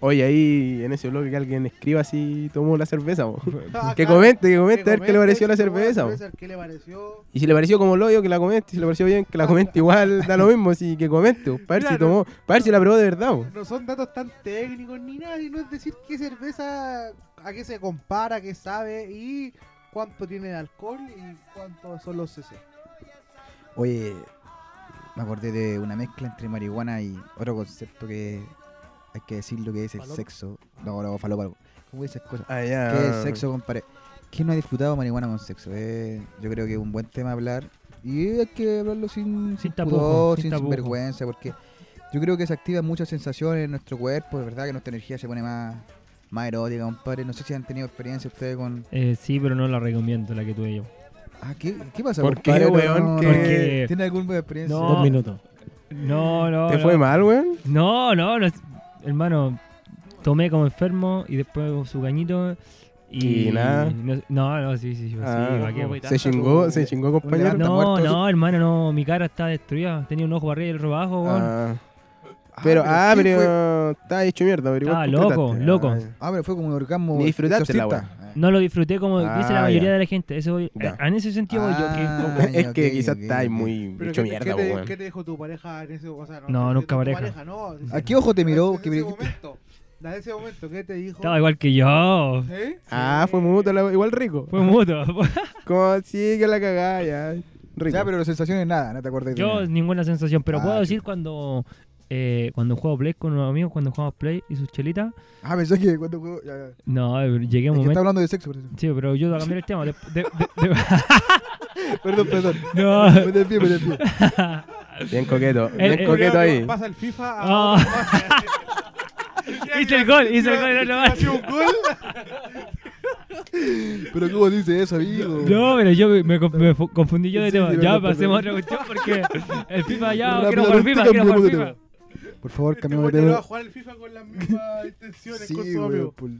Oye, ahí en ese blog que alguien escriba si tomó la cerveza, po.
Ah,
Pues, Que
claro,
comente, que
que
comente a ver qué le pareció la
comente, ¿cómo va
cerveza. po.
¿Qué le pareció?
Y si le pareció como lo yo que la comente, si le pareció bien, que la comente igual, da lo mismo, si que comente, po, para ver si
Claro.
tomó, para ver si la probó de verdad. po.
No son datos tan técnicos ni nada, y no es decir qué cerveza, a qué se compara, qué sabe y cuánto tiene de alcohol y cuántos son los CC.
Oye, me acordé de una mezcla entre marihuana y otro concepto que hay que decir lo que es el
¿Falopa?
sexo. No, no, falopa. algo. ¿Cómo esas cosas?
Ah, ya.
¿Qué es sexo, compadre? ¿Quién no ha disfrutado marihuana con sexo? Eh, yo creo que es un buen tema hablar. Y hay que hablarlo sin,
Sin
sin
tapujos,
pudor,
sin
sin,
tapujos.
vergüenza, porque yo creo que se activan muchas sensaciones en nuestro cuerpo. Es verdad que nuestra energía se pone más, más erótica, compadre. No sé si han tenido experiencia ustedes con...
Eh, sí, pero no la recomiendo, la que tuve yo.
Eh,
Ah, ¿qué, qué pasa,
¿Por qué,
compadre? No,
weón?
no, no.
¿Qué?
¿Tiene algún tipo de experiencia?
No.
Dos minutos.
No, no,
¿Te
no.
fue mal, weón?
No, no, no, es- hermano, tomé como enfermo y después su cañito y...
Y nada.
No, no, no, sí, sí, sí,
Ah.
¿pa' qué, po?
Se chingó, se chingó, compañero.
Levanta
No,
muerto,
no, hermano, no, mi cara está destruida. Tenía un ojo para arriba y otro para abajo, weón.
Ah, pero, ah,
¿qué fue?
pero está hecho mierda, pero igual
Ah,
completaste.
loco, loco.
Ah,
Ah, pero fue como un orgasmo.
Ni disfrutaste la
exorcista. Ah.
No lo disfruté como dice la
Ah,
mayoría
ya.
de la gente. Eso voy-
Ya.
a- en ese sentido voy yo que...
Ah.
es
ya,
que
ok,
quizás
ok,
está ahí
ok.
muy
Pero
hecho
¿qué,
mierda,
qué te,
weón.
qué te dijo tu pareja en ese o sea,
No,
te-
nunca
tu
pareja.
no, sí,
¿A
sí.
qué ojo te miró?
En
¿Qué
ese
miró?
momento, en ese momento, ¿qué te dijo?
Estaba igual que yo.
¿Sí?
Ah, fue mutuo, la- igual rico.
Fue mutuo.
Como, sí, que la cagada, ya. Rico.
Ya, pero las sensaciones nada, no te acordás de
yo
nada.
ninguna sensación, pero
Ah,
puedo
qué
decir
rico.
cuando eh, cuando juego Play con unos amigos, cuando jugamos Play y sus chelitas.
Ah, pensé que cuando juego. Ya, ya.
No, eh, llegué a un
Es que
momento...
está hablando de sexo, por eso.
Sí, pero yo voy a cambiar el tema. De- de- de- de-
Perdón, perdón.
No.
Me desvié, me desvié.
Bien coqueto, bien
el-
coqueto ahí.
Pasa el FIFA
Ah.
a otra cosa.
Hice el gol, hice el gol, era lo más.
Hacía un gol.
Pero ¿cómo dice eso, amigo?
No, pero yo me, conf- me fu- confundí yo de
Sí,
tema.
sí,
ya
perdón,
pasemos a otra cuestión porque el FIFA ya quiero jugar FIFA, quiero jugar
cambiamos de
FIFA.
Por favor,
Este
cambiamos
güey
de
no va a
tema.
jugar el FIFA con las mismas intenciones
Sí,
con su
weón,
amigo.
por-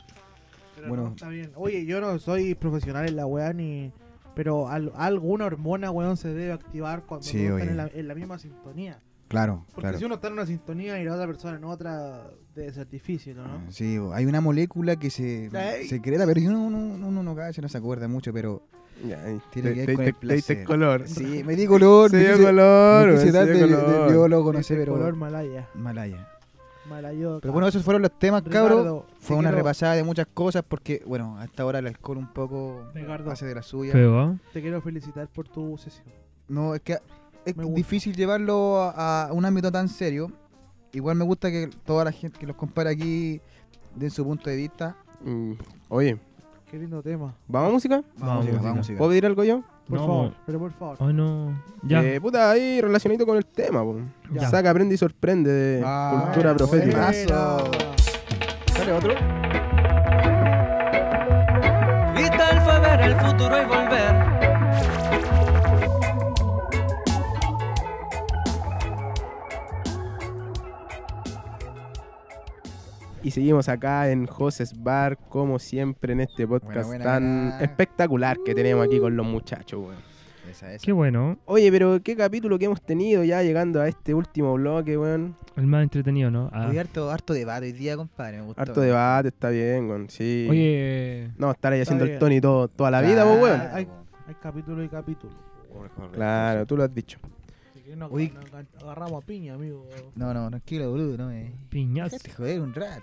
Pero
bueno.
no, está bien. Oye, yo no soy profesional en la weá ni. Pero al- alguna hormona, weón, se debe activar cuando
Sí,
no
oye.
están en la, en la misma sintonía.
Claro,
Porque
claro.
si uno está en una sintonía y la otra persona en otra, debe ser difícil, ¿o ¿no?
Ah, Sí, bo, hay una molécula que se
Ey.
secreta, pero uno no, no, no, no, cacha, no se acuerda mucho, pero
Ya, ahí.
Tiene que ver
Te- te-
con
te-
el
te diste
placer.
color.
Sí, me di color.
Se
me
dio
quise- me
color, weón,
quise
se
dar
dio
de, de
color.
biólogo, no sé,
Ese
pero.
color malaya.
Malaya.
Malayo.
Pero bueno, esos fueron los temas, cabros.
Ricardo,
Fue
te
una
quiero-
repasada de muchas cosas porque, bueno, hasta ahora el alcohol un poco
Ricardo.
hace de la suya.
Pegó.
Te quiero felicitar por tu sesión.
No, es que es
Me gusta.
difícil llevarlo a, a un ámbito tan serio. Igual me gusta que toda la gente que los compara aquí den su punto de vista.
Mm, Oye,
Qué lindo tema.
¿vamos a música?
Vamos,
música.
vamos,
¿Puedo pedir algo yo?
Por
No,
favor,
mo-
pero por favor.
Oh, no. Ya.
Eh, puta, ahí relacionito con el tema, po.
Ya.
Saca, aprende y sorprende de
Ah,
cultura
bueno.
profética.
Buena.
¿Sale otro?
Vital fue ver el futuro y volver.
Y seguimos acá en Jose's Bar, como siempre, en este
Buena,
podcast
buena,
tan
buena.
espectacular que tenemos aquí con los muchachos, weón.
Esa, esa.
Qué bueno.
Oye, pero qué capítulo que hemos tenido ya llegando a este último bloque, weón.
El más entretenido, ¿no? Ah.
Hoy harto, harto debate hoy día, compadre. Me gustó.
Harto debate, está bien, weón. Sí.
Oye.
No, estar ahí haciendo el
bien.
Tony todo, toda la vida, pues, weón.
Hay, hay capítulo y capítulo.
Claro, tú lo has dicho.
Si querés nos-
Uy.
nos agarramos a piña, amigo.
No, no, tranquilo, boludo, no me.
Piñazo.
Déjate joder un rato.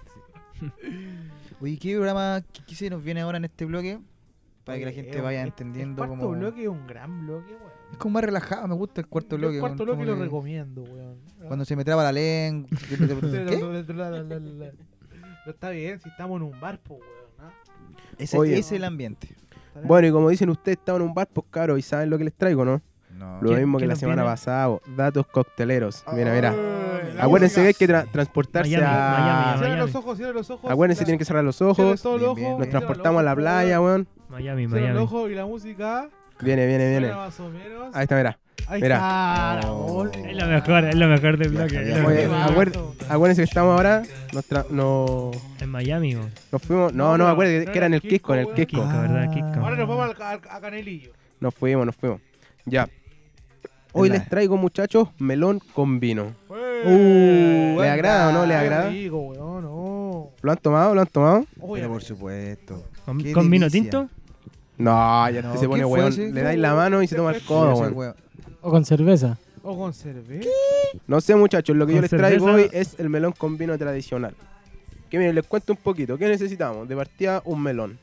Oye, ¿qué programa qué, qué se nos viene ahora en este bloque? Para que la
Oye,
gente
es-
vaya
es-
entendiendo
el
como.
cuarto bloque es un gran bloque, weón.
Es como más relajado, me gusta el cuarto
Yo
bloque.
El cuarto
como
bloque lo
que-
recomiendo, weón.
Cuando se me traba la lengua. ¿Qué?
No está bien, si estamos en un bar, po, weón. ¿ah?
Ese
Oye.
ese es el ambiente.
Está bien.
Bueno, y como dicen ustedes, estaban en un bar, pues caro, y saben lo que les traigo, ¿no?
No.
Lo
¿Qué-
mismo
qué
que la
nos
semana
viene?
pasada, po. datos cocteleros. Mira, mira.
Ay, la
Acuérdense que hay que
música.
tra- transportarse
Miami,
a.
Miami,
Cierra los
Miami.
ojos, cierra los ojos.
Acuérdense, tienen que cerrar los ojos.
Bien, bien.
Nos transportamos a la playa, weón.
Miami,
Cierra el
Miami.
ojo y la música.
Viene, viene,
suena
viene.
Más o menos.
Ahí está, mira.
Ahí
mira.
está. la
Oh.
música.
Es lo mejor, es lo mejor del bloque. es lo
Oye,
mejor.
Qué
acuer-
vaso.
acuérdense que estamos ahora. Nos, tra- no-
En Miami, weón.
nos fuimos. No, no,
No,
acuérdense
no
que era en el
era el
Quisco, en el
Quisco,
Quisco.
Kiko, ¿verdad? Kiko.
Ahora nos vamos al, al- a Canelillo.
Nos fuimos, nos fuimos. Ya. Hoy
Hola.
les traigo, muchachos, melón con vino.
Uh,
Ué.
¿Le agrada o no le
Qué
agrada?
rico, weón, no.
¿Lo han tomado? ¿Lo han tomado?
Oye,
supuesto.
¿Con,
Qué
con vino
delicia.
tinto?
No, ya
No,
este se pone
¿qué fue
weón.
ese?
Le dais la mano y se toma el codo,
Ese
weón.
huevo.
O con cerveza.
O con cerveza.
No sé, muchachos, lo que yo
Con
les traigo
cerveza.
hoy es el melón con vino tradicional. Que miren, les cuento un poquito. ¿Qué necesitamos? De partida, un melón.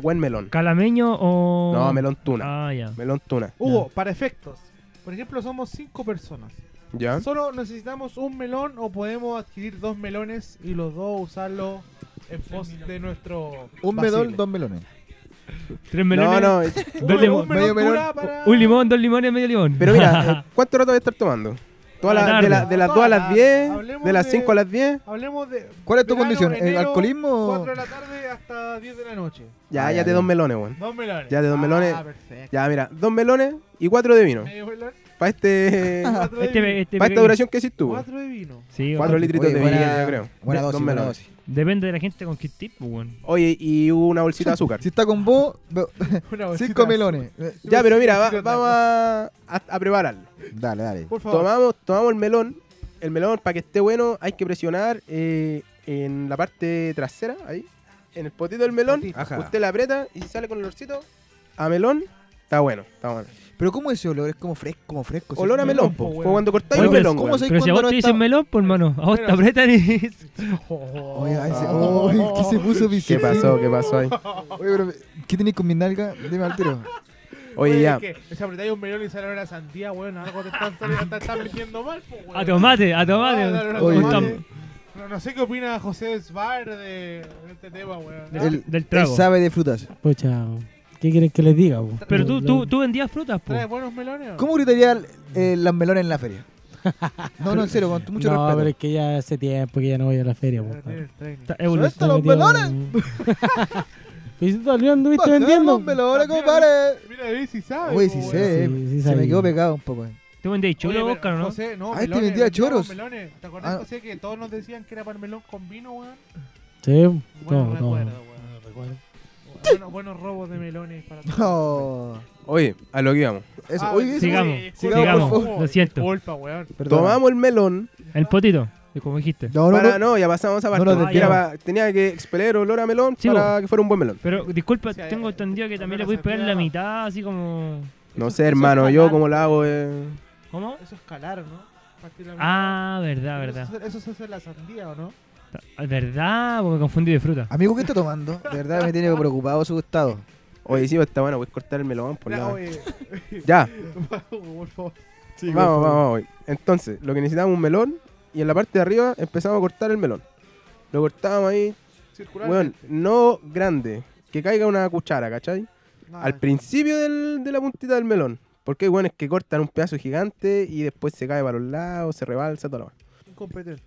Buen melón.
¿Calameño o.?
No, melón tuna.
Ah, ya.
Melón tuna.
Hugo, para efectos. Por ejemplo, somos cinco personas.
¿Ah?
¿Ya?
Solo necesitamos un melón o podemos adquirir dos melones y los dos usarlo en pos de nuestro.
Un
basile.
melón, dos melones.
Tres
No, eh,
melones.
no.
Un,
dos
melón,
limo-
un melón
medio
dura para-
Un limón, dos limones, medio limón.
Pero mira, eh, ¿cuánto rato voy a estar tomando?
Toda
Toda la-
la
de, la-
tarde.
de las
Toda
2 a
la
las
tarde.
10, de
Hablemos
las
de-
5 a las 10.
Hablemos de.
¿Cuál es tu
verano,
condición? ¿El
enero,
alcoholismo?
4 de la tarde hasta 10 de la noche.
Ya,
Ah,
ya
ya,
te
ya.
dos melones, weón.
Dos melones.
Ya de dos melones.
Ah, perfecto.
Ya, mira, dos melones y cuatro de vino.
Medio melón,
Para este,
cuatro de
Este,
vino.
pe- este
pa' esta
pequeño-
duración que hiciste tú. weón.
Cuatro de vino.
Sí,
Cuatro
ojo,
litritos
Oye,
de
buena-
vino, yo creo.
buena
Dos
dosis, buena
melones.
dosis.
Depende de la gente con qué tipo, weón.
Oye, y una bolsita de azúcar.
Si está con vos, veo-
Una bolsita
cinco
de
melones. Eh,
Ya, pero mira, va-
Cinco
vamos a, a- a prepararlo.
Dale, dale.
Por favor.
Tomamos, tomamos el melón. El melón, para que esté bueno, hay que presionar eh, en la parte trasera, ahí. En el potito del melón.
Potito.
Ajá.
Usted la aprieta y si sale con olorcito a melón, está bueno, está bueno.
Pero ¿cómo es ese olor? Es como fresco, como fresco.
Olor a
Pues ¿sí?
melón,
melón,
po.
po,
Fue
weón.
cuando cortáis
Oye,
un
pero
melón,
¿cómo
weón.
soy
Pero si a vos
cuando no
te
está-
dicen melón, pues hermano. A vos te
Pero-
apretan y.
Oye, a ese-
Ah.
Oye, ¿qué se puso
¿Qué
Vicente?
pasó? ¿Qué pasó ahí?
Oye, pero ¿qué tenés con mi nalga? Dime al tiro.
Oye, ya.
Es que si apretáis un melón y sale una sandía, weón, algo te están saliendo, te están metiendo mal, po, weón.
A tomate, a tomate.
Ah, dale, dale,
Oye,
Un tam-
tomate. No, no sé qué opina José Svar de, de este tema, weón.
del,
El-
del
Él
trago.
sabe de frutas.
Pucha, ¿qué quieres que les diga? po?
Pero tú,
Lo-
tú, tú vendías frutas,
¿Trae
pues.
buenos melones?
¿Cómo gritaría eh, las melones en la feria? No, no, en serio, con mucho
no, pero
respeto.
es que ya hace tiempo que ya no voy a la feria.
Ah, tiene
po.
el training.
¡Suelta los melones!
¿Y Pues tú León anduviste
Bacán,
vendiendo?
los melones, compadre!
Mira, ve si sabe.
Oye,
po,
sí
weón.
Sí,
sé, eh.
sí
se me
sabía.
quedó pegado un poco. eh.
Tú vendías
Oye,
chulo,
pero
Oscar, ¿o ¿no?
José, no,
Ah, este
melones,
vendía
vendíamos
choros.
melones. ¿Te acordás,
Ah.
José, que todos nos decían que era para el melón con vino, weón?
Sí,
Bueno,
todo, todo.
recuerdo, weón. Bueno, buenos robos de melones para todos.
No.
Oye, a lo que íbamos.
Eso,
Ah,
oye, eso-
sigamos,
disculpa,
sigamos, por
sigamos,
favor.
lo siento.
Disculpa, weón.
Perdona.
Tomamos el melón,
El potito. como dijiste.
No, no,
Para-
no.
no, ya pasamos a parte.
no lo
Era
desviamos.
pa- tenía que expeler olor a melón
Sí,
para que fuera un buen melón.
Pero disculpa,
Sí, eh,
tengo
eh,
entendido que también le
la
voy a pegar la
sandía-
mitad, así como.
No
Eso-
sé,
eso
hermano,
es
yo
calar.
como la hago. eh,
¿Cómo?
Eso es calar, ¿no? Partir la
Ah, verdad,
mitad.
verdad.
Eso, eso se hace en la sandía, ¿o no?
Ah, Verdad, porque me confundí de fruta.
Amigo, ¿qué está tomando? De verdad me tiene preocupado su estado.
Oye, sí, pues, está bueno, voy a cortar el melón por
Ya,
la.
Ah, oye,
Ya,
por favor.
vamos, vamos, vamos. Entonces, lo que necesitábamos un melón y en la parte de arriba empezamos a cortar el melón. Lo cortábamos ahí,
Circular.
weón, no grande, que caiga una cuchara, ¿cachai?
Nada.
Al principio del- de la puntita del melón. Porque hay weones que cortan un pedazo gigante y después se cae para los lados, se rebalsa, todo lo demás.
Incompetente.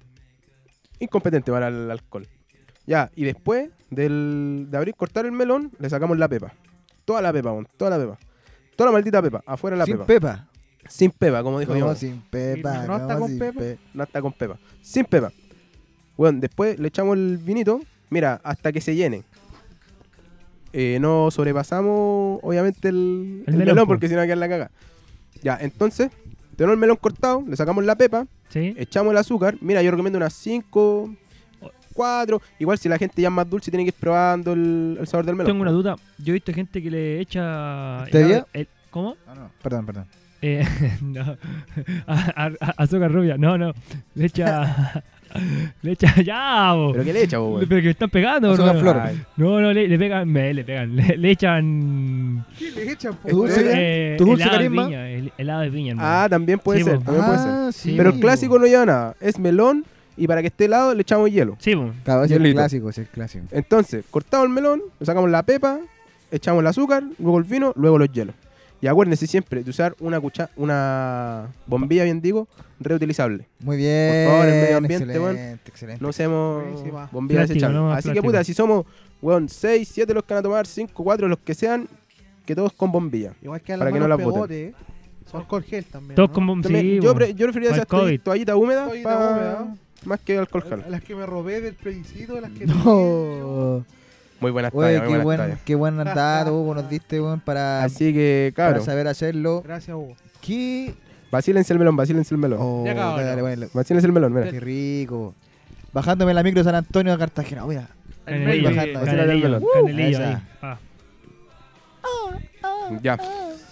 Incompetente para el alcohol. Ya, y después del, de abrir, cortar el melón, le sacamos la pepa. Toda la pepa, weón, toda la pepa. Toda la maldita pepa, afuera la
sin
pepa.
pepa.
Sin pepa, como dijo
Como
Diego.
sin pepa.
¿No está
como
con
sin
pepa?
pe-
No hasta con pepa. Sin pepa. Bueno, después le echamos el vinito, mira, hasta que se llene. Eh, no sobrepasamos, obviamente, el,
El
el
melón,
melón,
po.
porque si no va a quedar la caga. Ya, entonces, tenemos el melón cortado, le sacamos la pepa,
¿Sí?
echamos el azúcar. Mira, yo recomiendo unas 5, 4. Igual si la gente ya es más dulce, tiene que ir probando el, el sabor del melón.
Tengo una duda. Yo he visto gente que le echa.
¿Este día?
el- ¿Cómo?
No, no, perdón, perdón.
Eh, no. A- a- azúcar rubia. No, no. Le echa. le echa. ¡Ya! po.
¿Pero qué le echa, po, weón?
Pero que me están pegando,
Azúcar
hermano.
flor.
Ay,
No, no, le, le pegan, me, le pegan, le, le echan.
¿Qué le echan, po?
¿Es dulce
weón?
ya?
eh,
¿Tu dulce
helado de
carisma?
piña, el- helado de piña, hermano.
Ah, también puede
Sí,
ser,
po.
también puede ser.
Ah, sí.
Pero el clásico no lleva nada, es melón y para que esté helado le echamos hielo.
Sí, po.
Claro, ese es el
Hielito.
clásico, ese es el clásico.
Entonces, cortamos el melón, le sacamos la pepa, echamos el azúcar, luego el vino, luego los hielos. Y acuérdense siempre de usar una cucha- una bombilla, bien digo, reutilizable.
Muy bien.
favor, el medio ambiente,
excelente, excelente.
No usemos
Buenísima.
bombillas
Plástico,
desechables.
no más
Así
plástico.
que puta, si somos, weón, 6, 7 los que van a tomar, 5, 4 los que sean, que todos con bombilla.
Igual que a
Para que no
manos
las boten.
pegote, eh. Son con gel también.
Todos
¿no?
con
También,
sí,
yo,
po.
pre- yo preferiría
Para
esas
el COVID.
toallitas toallita húmeda
Toallita
pa-
húmeda.
más que alcohol gel.
A las que me robé del plebiscito, a las que
No.
Muy buenas
Oye,
tallas, muy
qué
buenas
buen,
tallas.
qué buen dato, Hugo, nos diste, weón, para,
Así que,
para
claro,
saber hacerlo.
Gracias, Hugo.
¿Qué?
vacílense el melón, vacílense el melón.
Oh,
Ya acabó,
dale,
ya.
bueno,
Vacílense el melón, mira.
qué rico. Bajándome la micro de San Antonio a Cartagena. Oh, mira.
Canelillo,
medio, bajando,
canelillo,
bajando.
canelillo
Esa.
ahí. Ah,
Ya.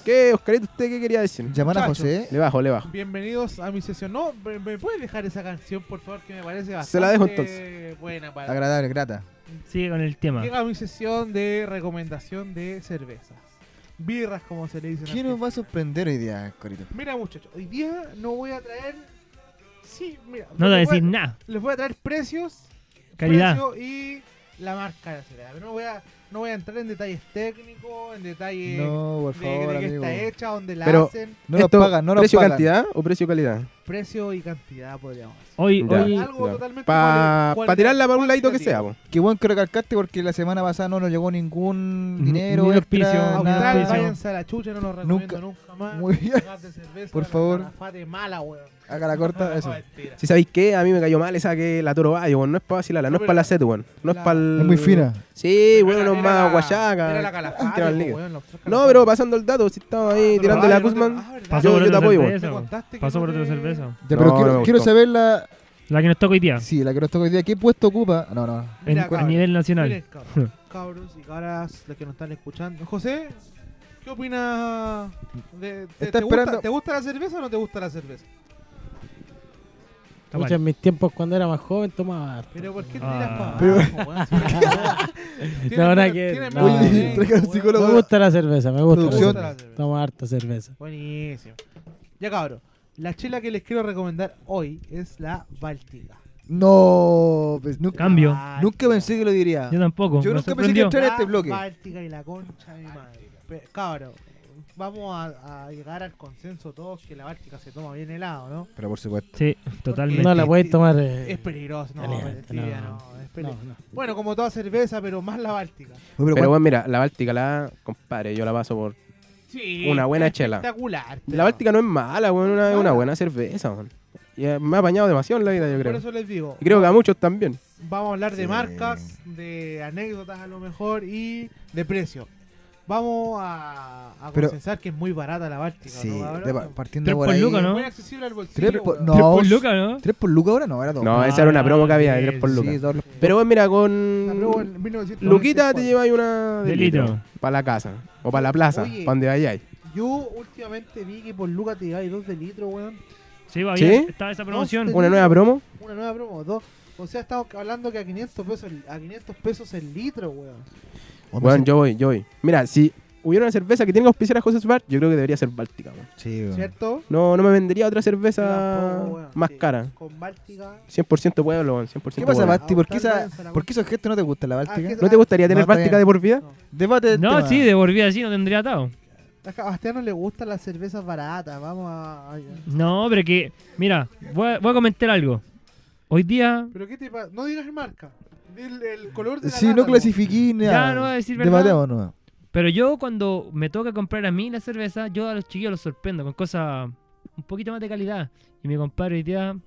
¿Qué, Oscarito, usted qué quería decir?
Llamar a
Muchachos.
José.
Le bajo, le bajo.
Bienvenidos a mi sesión. No, ¿me, me puedes dejar esa canción, por favor? Que me parece bastante
Se la dejo entonces.
buena para...
Agradable, grata.
Sigue con el tema.
Llega mi sesión de recomendación de cervezas. Birras, como se le dice. en
¿Qué nos va a sorprender hoy día, Corito?
Mira, muchachos, hoy día no voy a traer. Sí, mira.
No te voy a
les
decir
voy
nada.
Les voy a traer precios.
Calidad.
precio y la marca de la cerveza. No voy a, no voy a entrar en detalles técnicos, en detalles
No, por
de, de
favor,
qué
amigo.
está hecha, dónde la
Pero-
hacen,
No nos
Esto,
pagan, no nos
¿Precio
pagan.
cantidad o precio calidad?
precio y cantidad, podríamos decir.
Hoy,
Ya.
hoy,
Algo
ya.
totalmente.
Para
cual- cual-
tirarla para un ladito que sea,
cualitativo.
po.
Qué bueno que recalcaste porque la semana pasada no nos llegó ningún
Ni-
dinero.
ni un
extra,
auspicio, ni un
nada.
Austral,
auspicio.
Ah, váyanse a la chucha, no lo recomiendo nunca, más.
Muy bien.
Cagas de cerveza,
Por
la
favor.
calafate mala, weón.
Haga la corta, eso.
No, mentira.
Si sabéis qué, a mí me cayó mal esa que la Toro Bayo, weón. No es para vacilarla,
No,
no, es
pero-
para la set, weón. No es
la-
para el...
Es muy fina.
Sí,
Era
weón,
la-
no
era
es más
la-
eh,
guachaca.
Era la
Ah, qué mal
calafate,
liga.
po, weón, los tres
No, pero
calafates.
pasando el dato, si estaba ahí
Pero vale,
tirándole a
no te-
Guzmán.
Ah, ¿verdad?
pasó
Yo-
por
yo
otra
te apoyo,
Me
cerveza. po.
contaste que
Pasó por
no
otra
te-
cerveza.
Ya, pero
No,
quiero,
no me
quiero
gustó.
saber la.
La que nos toca hoy día.
Sí, la que nos toca hoy día. ¿Qué puesto ocupa? No, no.
en-
Mira,
a
cabrón.
nivel nacional.
Miren, cabros, cabros y cabras, los que nos están escuchando. José, ¿qué opinas? De, te,
Está
te gusta,
esperando.
¿Te gusta la cerveza o no te gusta la cerveza?
Está mal.
Pucha, en mis tiempos cuando era más joven tomaba harto.
Pero ¿por qué te
Ah.
tiras para
Pero-
abajo, weón? Si eres joven. Tienes
No, nada
menos-
que-
tienes
no.
menos
Oye,
talento,
entrega al
weón.
psicólogo.
Me gusta la cerveza, me gusta. la
Me gusta
Producción.
cerveza.
la cerveza.
Tomo harta cerveza.
Buenísimo. Ya cabros, la chela que les quiero recomendar hoy es la Báltica.
No, pues nunca,
Cambio.
nunca pensé que lo diría.
Yo tampoco.
Yo
me
nunca pensé que
sorprendió.
entrar- Trae este
La
bloque.
Báltica y la concha de mi madre. Pe- Cabros, vamos a, a llegar al consenso todos que la Báltica se toma bien helado, ¿no?
Pero por supuesto.
Sí, totalmente.
No la puedes tomar. eh,
Es peligroso, no,
Caliente,
es tibia,
no.
no, es peli-
no, no.
Bueno, como toda cerveza, pero más la báltica.
Pero,
Pero
¿cuán-
bueno, mira, la Báltica la... Compadre, yo la paso por...
Sí.
Una buena chela.
Espectacular. pero-
La Báltica no es mala, weón. una- Es una
No.
buena cerveza, weón. Y, eh, Me ha apañado demasiado en la vida, yo
Por
creo.
eso les digo,
Y creo que a muchos también.
vamos a hablar de
Sí.
marcas, de anécdotas a lo mejor y de precio. Vamos a, a
Pero-
consensar que es muy barata la Báltica.
Sí,
¿no, cabrón?
de pa- partiendo
Tres
por
por
ahí.
lucas, ¿no?
Muy accesible al bolsillo.
Tres por,
weón.
no,
Tres por lucas, ¿no?
tres por lucas ahora no, era dos.
No,
Ah,
esa era una promo que había de
bien,
3 por
sí,
lucas.
dos lucas.
Pero bueno, mira,
La probó
con.
en 1994.
Luquita te lleváis una.
De
de
litro.
Para la casa. O para la plaza.
Oye.
Para donde vayáis.
Yo últimamente vi que por Lucas te lleváis dos de litro, weón.
Sí, había,
¿Sí?
estaba esa promoción.
Dos,
Una nueva promo.
Una nueva promo, dos. O sea, estamos hablando que a 500 pesos, el- a 500 pesos el litro, weón.
Onda
Weón,
se-
yo voy, yo voy. Mira, si hubiera una cerveza que tiene que auspiciar a José Bar, yo creo que debería ser Báltica, weón.
Sí, weón.
¿Cierto?
No, no me vendería otra cerveza
Tampoco, weón.
más
Sí,
cara.
Con Báltica.
100% pueblo, weón, 100%
¿Qué pasa,
pueblo.
Basti? ¿Por qué,
Aguantar
esa,
bien, Zaragoza.
¿Por qué esos gestos no te gustan la Báltica?
Ah, que-
¿No te gustaría
No,
tener
está
Báltica
bien.
de por vida?
Debate el
No,
tema.
sí, de volvía así no tendría atado.
A Sebastián no le gustan las cervezas baratas, vamos a... a-
No, pero que. Mira, voy a, voy a comentar algo. Hoy día.
Pero qué te pasa, no digas marca, el, el color de la
Sí,
lata,
no
po.
clasifiquí nada.
Ya, no voy a decir verdad.
Debatemos, no.
Pero yo, cuando me toca comprar a mí la cerveza, yo a los chiquillos los sorprendo con cosas un poquito más de calidad. Y mi compadre hoy día. No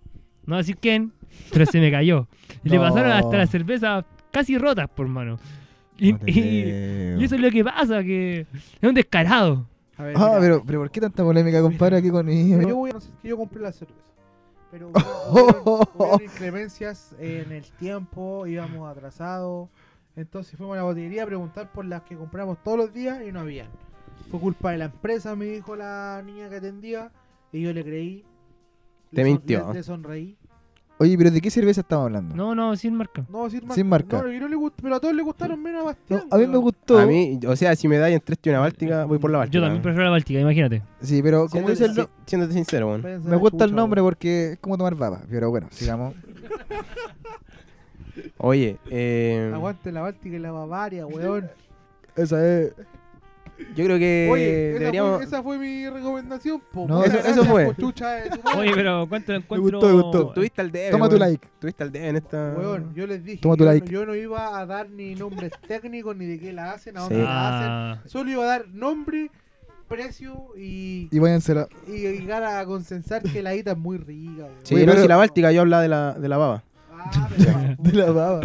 voy a decir quién, pero se me cayó. Y Le
No.
pasaron hasta las cervezas casi rotas, por mano. Y,
No te
y-
creo.
y eso es lo que pasa, que es un descarado.
A ver,
Ah,
mira,
pero, pero ¿por qué tanta polémica, compadre, aquí con
mira,
ellos?
yo voy a decir que yo compré la cerveza. Pero hubieron, hubieron inclemencias en el tiempo, íbamos atrasados. Entonces fuimos a la botellería a preguntar por las que compramos todos los días y no habían. Fue culpa de la empresa, me dijo la niña que atendía. Y yo le creí. Le
Te
son-
mintió.
Le, le sonreí.
Oye, pero ¿de qué cerveza estamos hablando?
No, no, sin marca.
No, sin marca.
Sin marca.
No, y no le gust- pero a todos les gustaron menos a
No,
Bastián.
a mí
weón.
me gustó.
A mí, o sea, si me dais entre esto y una Báltica, voy por la Báltica. ¿eh?
Yo también prefiero la Báltica, imagínate.
Sí, pero como
Siéndote,
dice el no-
si- siéndote sincero, weón.
Váyanse a
me
la
gusta el
chucha,
nombre
weón.
porque es como tomar baba. Pero bueno, sigamos.
Oye, eh,
Aguante la Báltica y la Bavaria, weón.
Esa es.
yo creo que
Oye, esa,
Eh, deberíamos...
fue, esa fue mi recomendación, po.
No,
Muchas
eso- eso
gracias,
fue.
cochucha de tu madre.
Oye, pero ¿cuánto encuentro?
gustó, me gustó.
Tuviste al debe,
Toma tu
eh, weón.
like.
Tuviste al debe en esta...
Weón, yo les dije,
Toma tu
yo, no-
like.
yo no iba a dar ni nombres técnicos, ni de qué la hacen, a
Sí.
dónde la
Ah,
hacen. Solo iba a dar nombre, precio y,
Y váyansela.
y llegar a consensar que la hita es muy rica, weón.
Sí,
Oye,
no,
pero-
si la Báltica, yo hablaba de la, de la baba.
Ah, pero-
De la baba.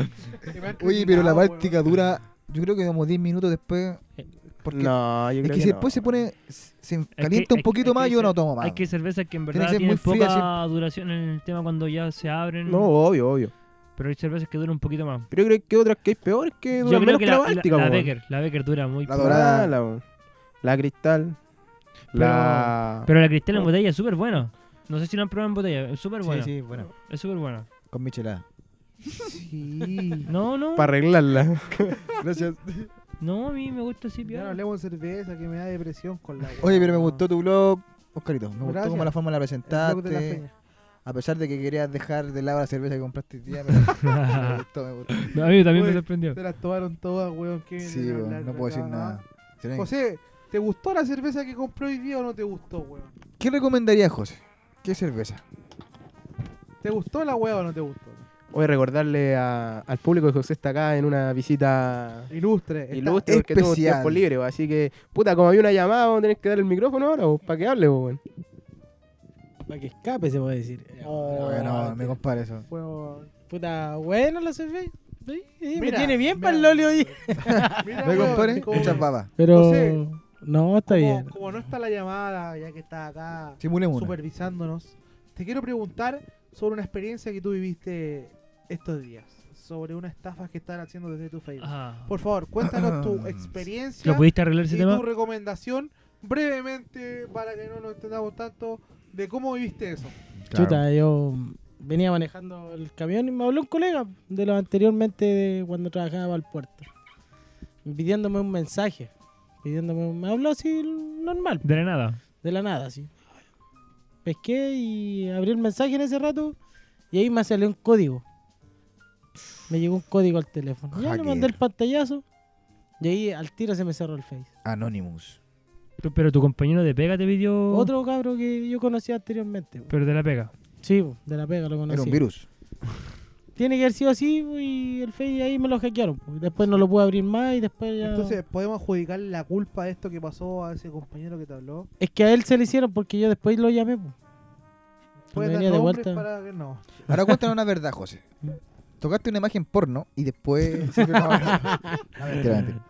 que me han
Oye, pero la
criticado,
Báltica
weón.
dura. Yo creo que como 10 minutos después. Porque
No, yo
es
creo
que,
que
si
no.
después se pone. Se
es que-
calienta un
es-
poquito
es que
más,
hay
yo no
cer-
tomo más.
Hay que cervezas que en
Tiene que
verdad
ser
tienen
muy fría,
poca duración en el tema cuando ya se abren.
No, obvio, obvio.
Pero hay cervezas que duran un poquito más.
Pero yo creo que otras que hay peores que
Yo
duran
creo
menos que
que
la,
la,
Báltica,
la, la
weón.
Becker, la Becker dura muy
La
La
poco.
dorada.
dorada, la, weón. la cristal,
Pero-
la...
Pero la cristal en
No.
botella es súper buena. No sé si la han probado en botella, es súper buena.
Sí, sí, bueno.
Es súper buena.
Con Michelada.
Sí.
No, no.
Para arreglarla.
Gracias.
No, a mí me gusta así,
Ya no
piano.
hablemos de cerveza, que me da depresión con la weón.
Oye, pero me
No.
gustó tu blog, Oscarito. Me gustó
Gracias.
como la forma en la
El blog de la
presentaste.
feña.
A pesar de que querías dejar de lado la cerveza que compraste hoy día, pero me gustó, me gustó.
No, a mí también me
Oye,
sorprendió.
Te las tomaron todas, weón. ¿qué
Sí,
vienen a
weón,
hablar
no
de
puedo
acá,
decir
no?
nada. Si no hay-
José, ¿te gustó la cerveza que compró hoy día o no te gustó, weón?
¿Qué recomendaría José? ¿Qué cerveza?
¿Te gustó la weá o no te gustó?
Voy a recordarle a- al público que José está acá en una visita
Ilustre. está-
ilustre porque tuvo
especial.
tiempo libre, bo, así que, puta, como había una llamada, vamos a tener que dar el micrófono ahora, para que hable, bo, weón.
Para que escape, se puede decir.
Oh,
bueno, me compare eso.
weón.
Puta, bueno la cerveza. Sí, sí, me
Mira,
tiene bien
mira.
para el lolio ahí.
Mira,
Me
weón,
compare
como-
muchas babas.
Pero.
José,
no, está
como,
bien.
como no está la llamada, ya que está acá
Simulemos una.
supervisándonos, te quiero preguntar sobre una experiencia que tú viviste estos días. Sobre una estafa que están haciendo desde tu Facebook.
Ah.
Por favor, cuéntanos
Ah.
tu experiencia.
¿Lo pudiste arreglar ese
y
tema?
tu recomendación brevemente para que no nos entendamos tanto de cómo viviste eso.
Chuta, yo venía manejando el camión y me habló un colega de lo anteriormente de cuando trabajaba al puerto. Pidiéndome un mensaje. Pidiéndome un- Me habló así normal,
De la nada.
de la nada, así. Pesqué y abrí el mensaje en ese rato y ahí me salió un código. Me llegó un código al teléfono. Ya le
Hacker.
mandé el pantallazo y ahí al tiro se me cerró el face.
Anonymous.
Tú- Pero tu compañero de pega te
Oh.
pidió.
Otro cabro que yo conocía anteriormente. po.
Pero de la pega.
Sí, po, de la pega lo conocí.
Era un virus.
Tiene que haber sido así po, y el Face ahí me lo hackearon. po. Y Después no lo pude abrir más y después ya...
Entonces, ¿podemos adjudicar la culpa de esto que pasó a ese compañero que te habló?
Es que a él se le hicieron porque yo después lo llamé. po.
¿Puedes
Cuando
dar
venía de
nombres
vuelta.
para que no?
Ahora cuéntanos una verdad, José. Tocaste una imagen porno y después. No, mentira, mentira.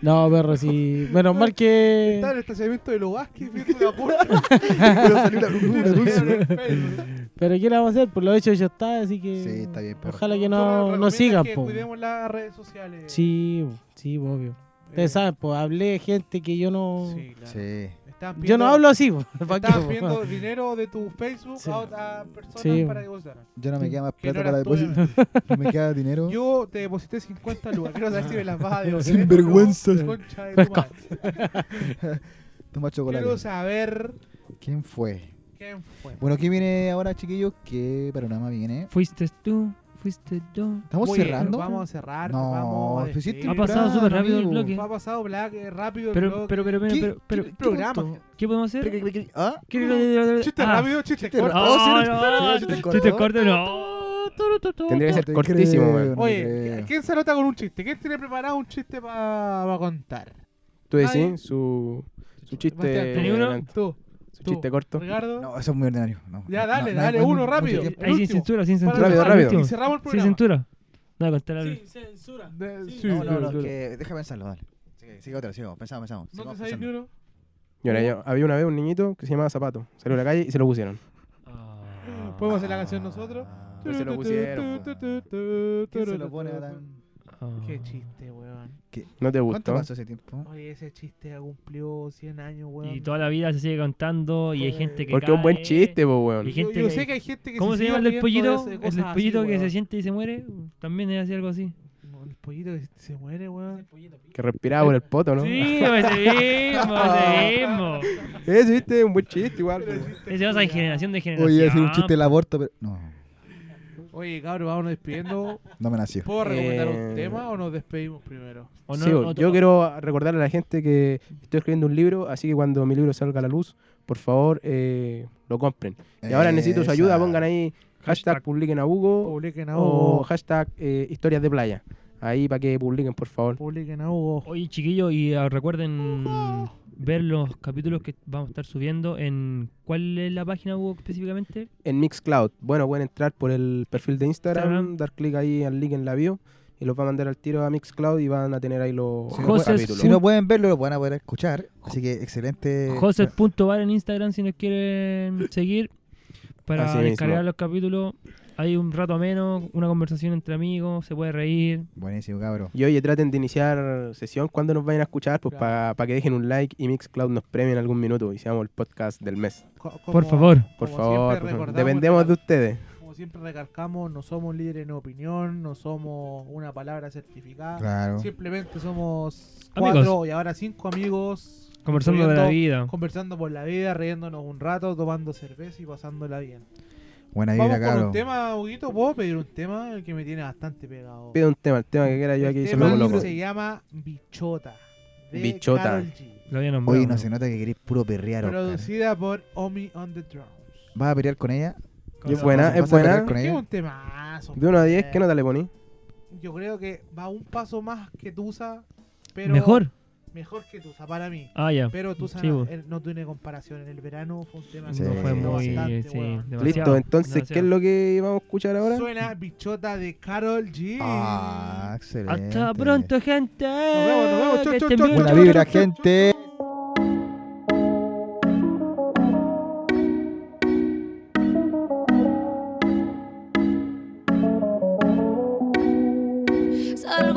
No, perro, sí. Menos mal que.
Estaba en el estacionamiento de Lobasque, viendo la puerta. pero salió la luna
Pero ¿qué le vamos a hacer? Por lo hecho ya está, así que.
Sí, está bien, perro.
Ojalá que no, no sigan,
Que
po.
cuidemos las redes sociales. Eh,
Sí, bo, sí, bo, obvio. Ustedes saben, pues hablé de gente que yo no.
Sí, claro.
Sí.
Estaban
yo no
pidiendo-
hablo así, bo, ¿pa' qué,
Estaban
bo?
pidiendo dinero de tu Facebook
Sí.
a otras personas
Sí.
para que usaran.
Ya no me queda más
Que no
plata para
eras tú,
depósito. No me queda dinero.
Yo te deposité 50 lucas. Quiero saber si me las vas a devolver.
Sin vergüenza.
No, concha de tu madre.
Toma
Quiero
chocolate.
saber
¿Quién fue?
quién fue.
Bueno, ¿qué viene ahora, chiquillos? ¿Qué panorama viene?
Fuiste tú, fuiste yo.
¿Estamos
Muy bien,
cerrando?
Vamos a cerrar.
No,
vamos a
pero si este
despedir.
Ha pasado súper rápido el
amigo.
bloque.
Fue- Ha pasado Black, eh, rápido. el
Pero,
blog.
pero, pero, pero,
¿Qué-
pero, pero,
qué- qué
programa.
esto?
¿qué podemos hacer?
¿Ah?
¿Qué- qué- qué- qué-
Chiste
ah,
rápido, chiste
chiste
corto.
rápido. Oh, sí,
ah,
no,
no,
sí, no,
chiste
chiste
corto, no.
Tendría que ser
te
cortísimo,
creo,
weón.
no
eh.
te
Oye,
creo.
¿quién se nota con un chiste? ¿Quién tiene preparado un chiste para contar?
Tú
Ay.
decís su, su
Bastián,
chiste.
¿tenés uno?
elegante,
Tú,
Su
tú,
chiste corto.
Ricardo.
No, eso es muy ordinario. No,
Ya,
no,
dale,
no,
dale,
no hay
uno
mucho
rápido.
tiempo.
El
Ahí sin
último.
censura, sin
Para-
censura.
Rápido,
al
rápido.
Y
último.
cerramos el
Sin
programa.
censura. No, contar algo.
censura.
De- sí,
No, no, no,
sí.
es que déjame pensarlo, dale. Sigue, sigue otra, sigamos, pensamos, pensamos.
¿No te
sigamos
sabes ni
pensando.
uno?
Y ahora yo- había una vez un niñito que se llamaba Zapato. Salió a la calle y se lo pusieron.
¿Podemos hacer la canción nosotros?
Ah,
se lo pusieron,
¿Quién se lo pone a tan-
Ah.
Qué chiste, weón.
No te
¿Cuánto
gustó.
pasó ese tiempo?
Oye, ese chiste ya cumplió 100 años, weón.
Y toda la vida se sigue contando y hay
Fue-
gente que.
Porque es un buen
cae.
chiste, po, weón.
Y
Yo,
gente
yo
que-
sé que hay gente que
¿Cómo se
sigue
llama el del
riendo de
pollito?
ese-
El
cosas
del
así,
pollito que se
weón.
siente y se muere. También es así algo así.
No, El pollito que se muere, weón.
Que respiraba por el poto, ¿no?
Sí, pues, ese mismo, ese mismo.
Ese, viste, un buen chiste igual. po, weón.
Ese va de generación de generación.
Oye, hacer un chiste del aborto, pero. No,
Oye, cabrón, vámonos despidiendo.
no me nació.
¿Puedo recomendar un
Eh.
tema o nos despedimos primero?
¿O no?
Sí,
¿O
weón.
tú-
yo quiero recordarle a la gente que estoy escribiendo un libro, así que cuando mi libro salga a la luz, por favor, eh, lo compren. Y ahora necesito su ayuda, pongan ahí hashtag publiquen a Hugo
Publiquen a
o
Hugo.
hashtag eh, historias de playa. Ahí para que publiquen, por favor.
Publiquen a Hugo.
Oye, chiquillos, y ah, recuerden ver los capítulos que vamos a estar subiendo en... ¿Cuál es la página, Hugo, específicamente?
en Mixcloud. Bueno, pueden entrar por el perfil de Instagram,
Instagram.
dar clic ahí al link en la bio y los va a mandar al tiro a Mixcloud y van a tener ahí los
Si no
los
José-
capítulos.
Si no pueden verlo, lo van a poder escuchar. Así que
eh.
excelente.
Joseph.bar en Instagram si nos quieren seguir para
Así mismo.
descargar los capítulos. Hay un rato menos, una conversación entre amigos, se puede reír.
Buenísimo, cabrón.
Y oye, traten de iniciar sesión cuando nos vayan a escuchar, pues
Claro.
para que dejen un like y Mixcloud nos premie en algún minuto y seamos el podcast del mes.
Co-
Por
como-
favor.
Por
como siempre
favor, por favor.
recordamos,
dependemos de ustedes.
Como siempre recalcamos, no somos líderes en opinión, no somos una palabra certificada.
Claro.
Simplemente somos
Amigos.
cuatro y ahora cinco amigos.
Conversando de la
riendo-
vida.
Conversando por la vida, riéndonos un rato, tomando cerveza y pasándola bien.
Buena
Vamos
vibra,
con un
cabrón.
tema, Huguito. ¿Puedo pedir un tema que me tiene bastante pegado?
Pido un tema, el tema que quiera yo aquí,
El
se lo
tema
coloco.
se llama Bichota. de
Bichota.
Karol G,
Lo había nombrado.
Hoy no se nota que querés puro perrear, Oscar.
producida por Omi on the Drums.
¿Vas a pelear con ella?
Y es
Cosa-
buena,
¿Vas a-
es
vas a pelear
buena.
con
Es
ella?
un temazo.
De 1 a 10,
eh.
¿qué nota le poní?
Yo creo que va un paso más que Tusa, pero
¿Mejor?
mejor que Tusa para mí.
Ah, ya.
Pero Tusa
Sí,
no,
vos.
él no tiene comparación. En el verano fue un tema
Sí.
no
que
fue
sí,
sonó
muy...
bastante,
sí,
weón.
demasiado,
Listo, entonces, ¿qué es
demasiado.
lo que vamos a escuchar ahora?
Suena bichota de Carol G.
Ah, excelente.
Hasta pronto, gente. Nos
vemos, nos vemos. Chau, chau, chau,
Buena vibra, gente.
Salgo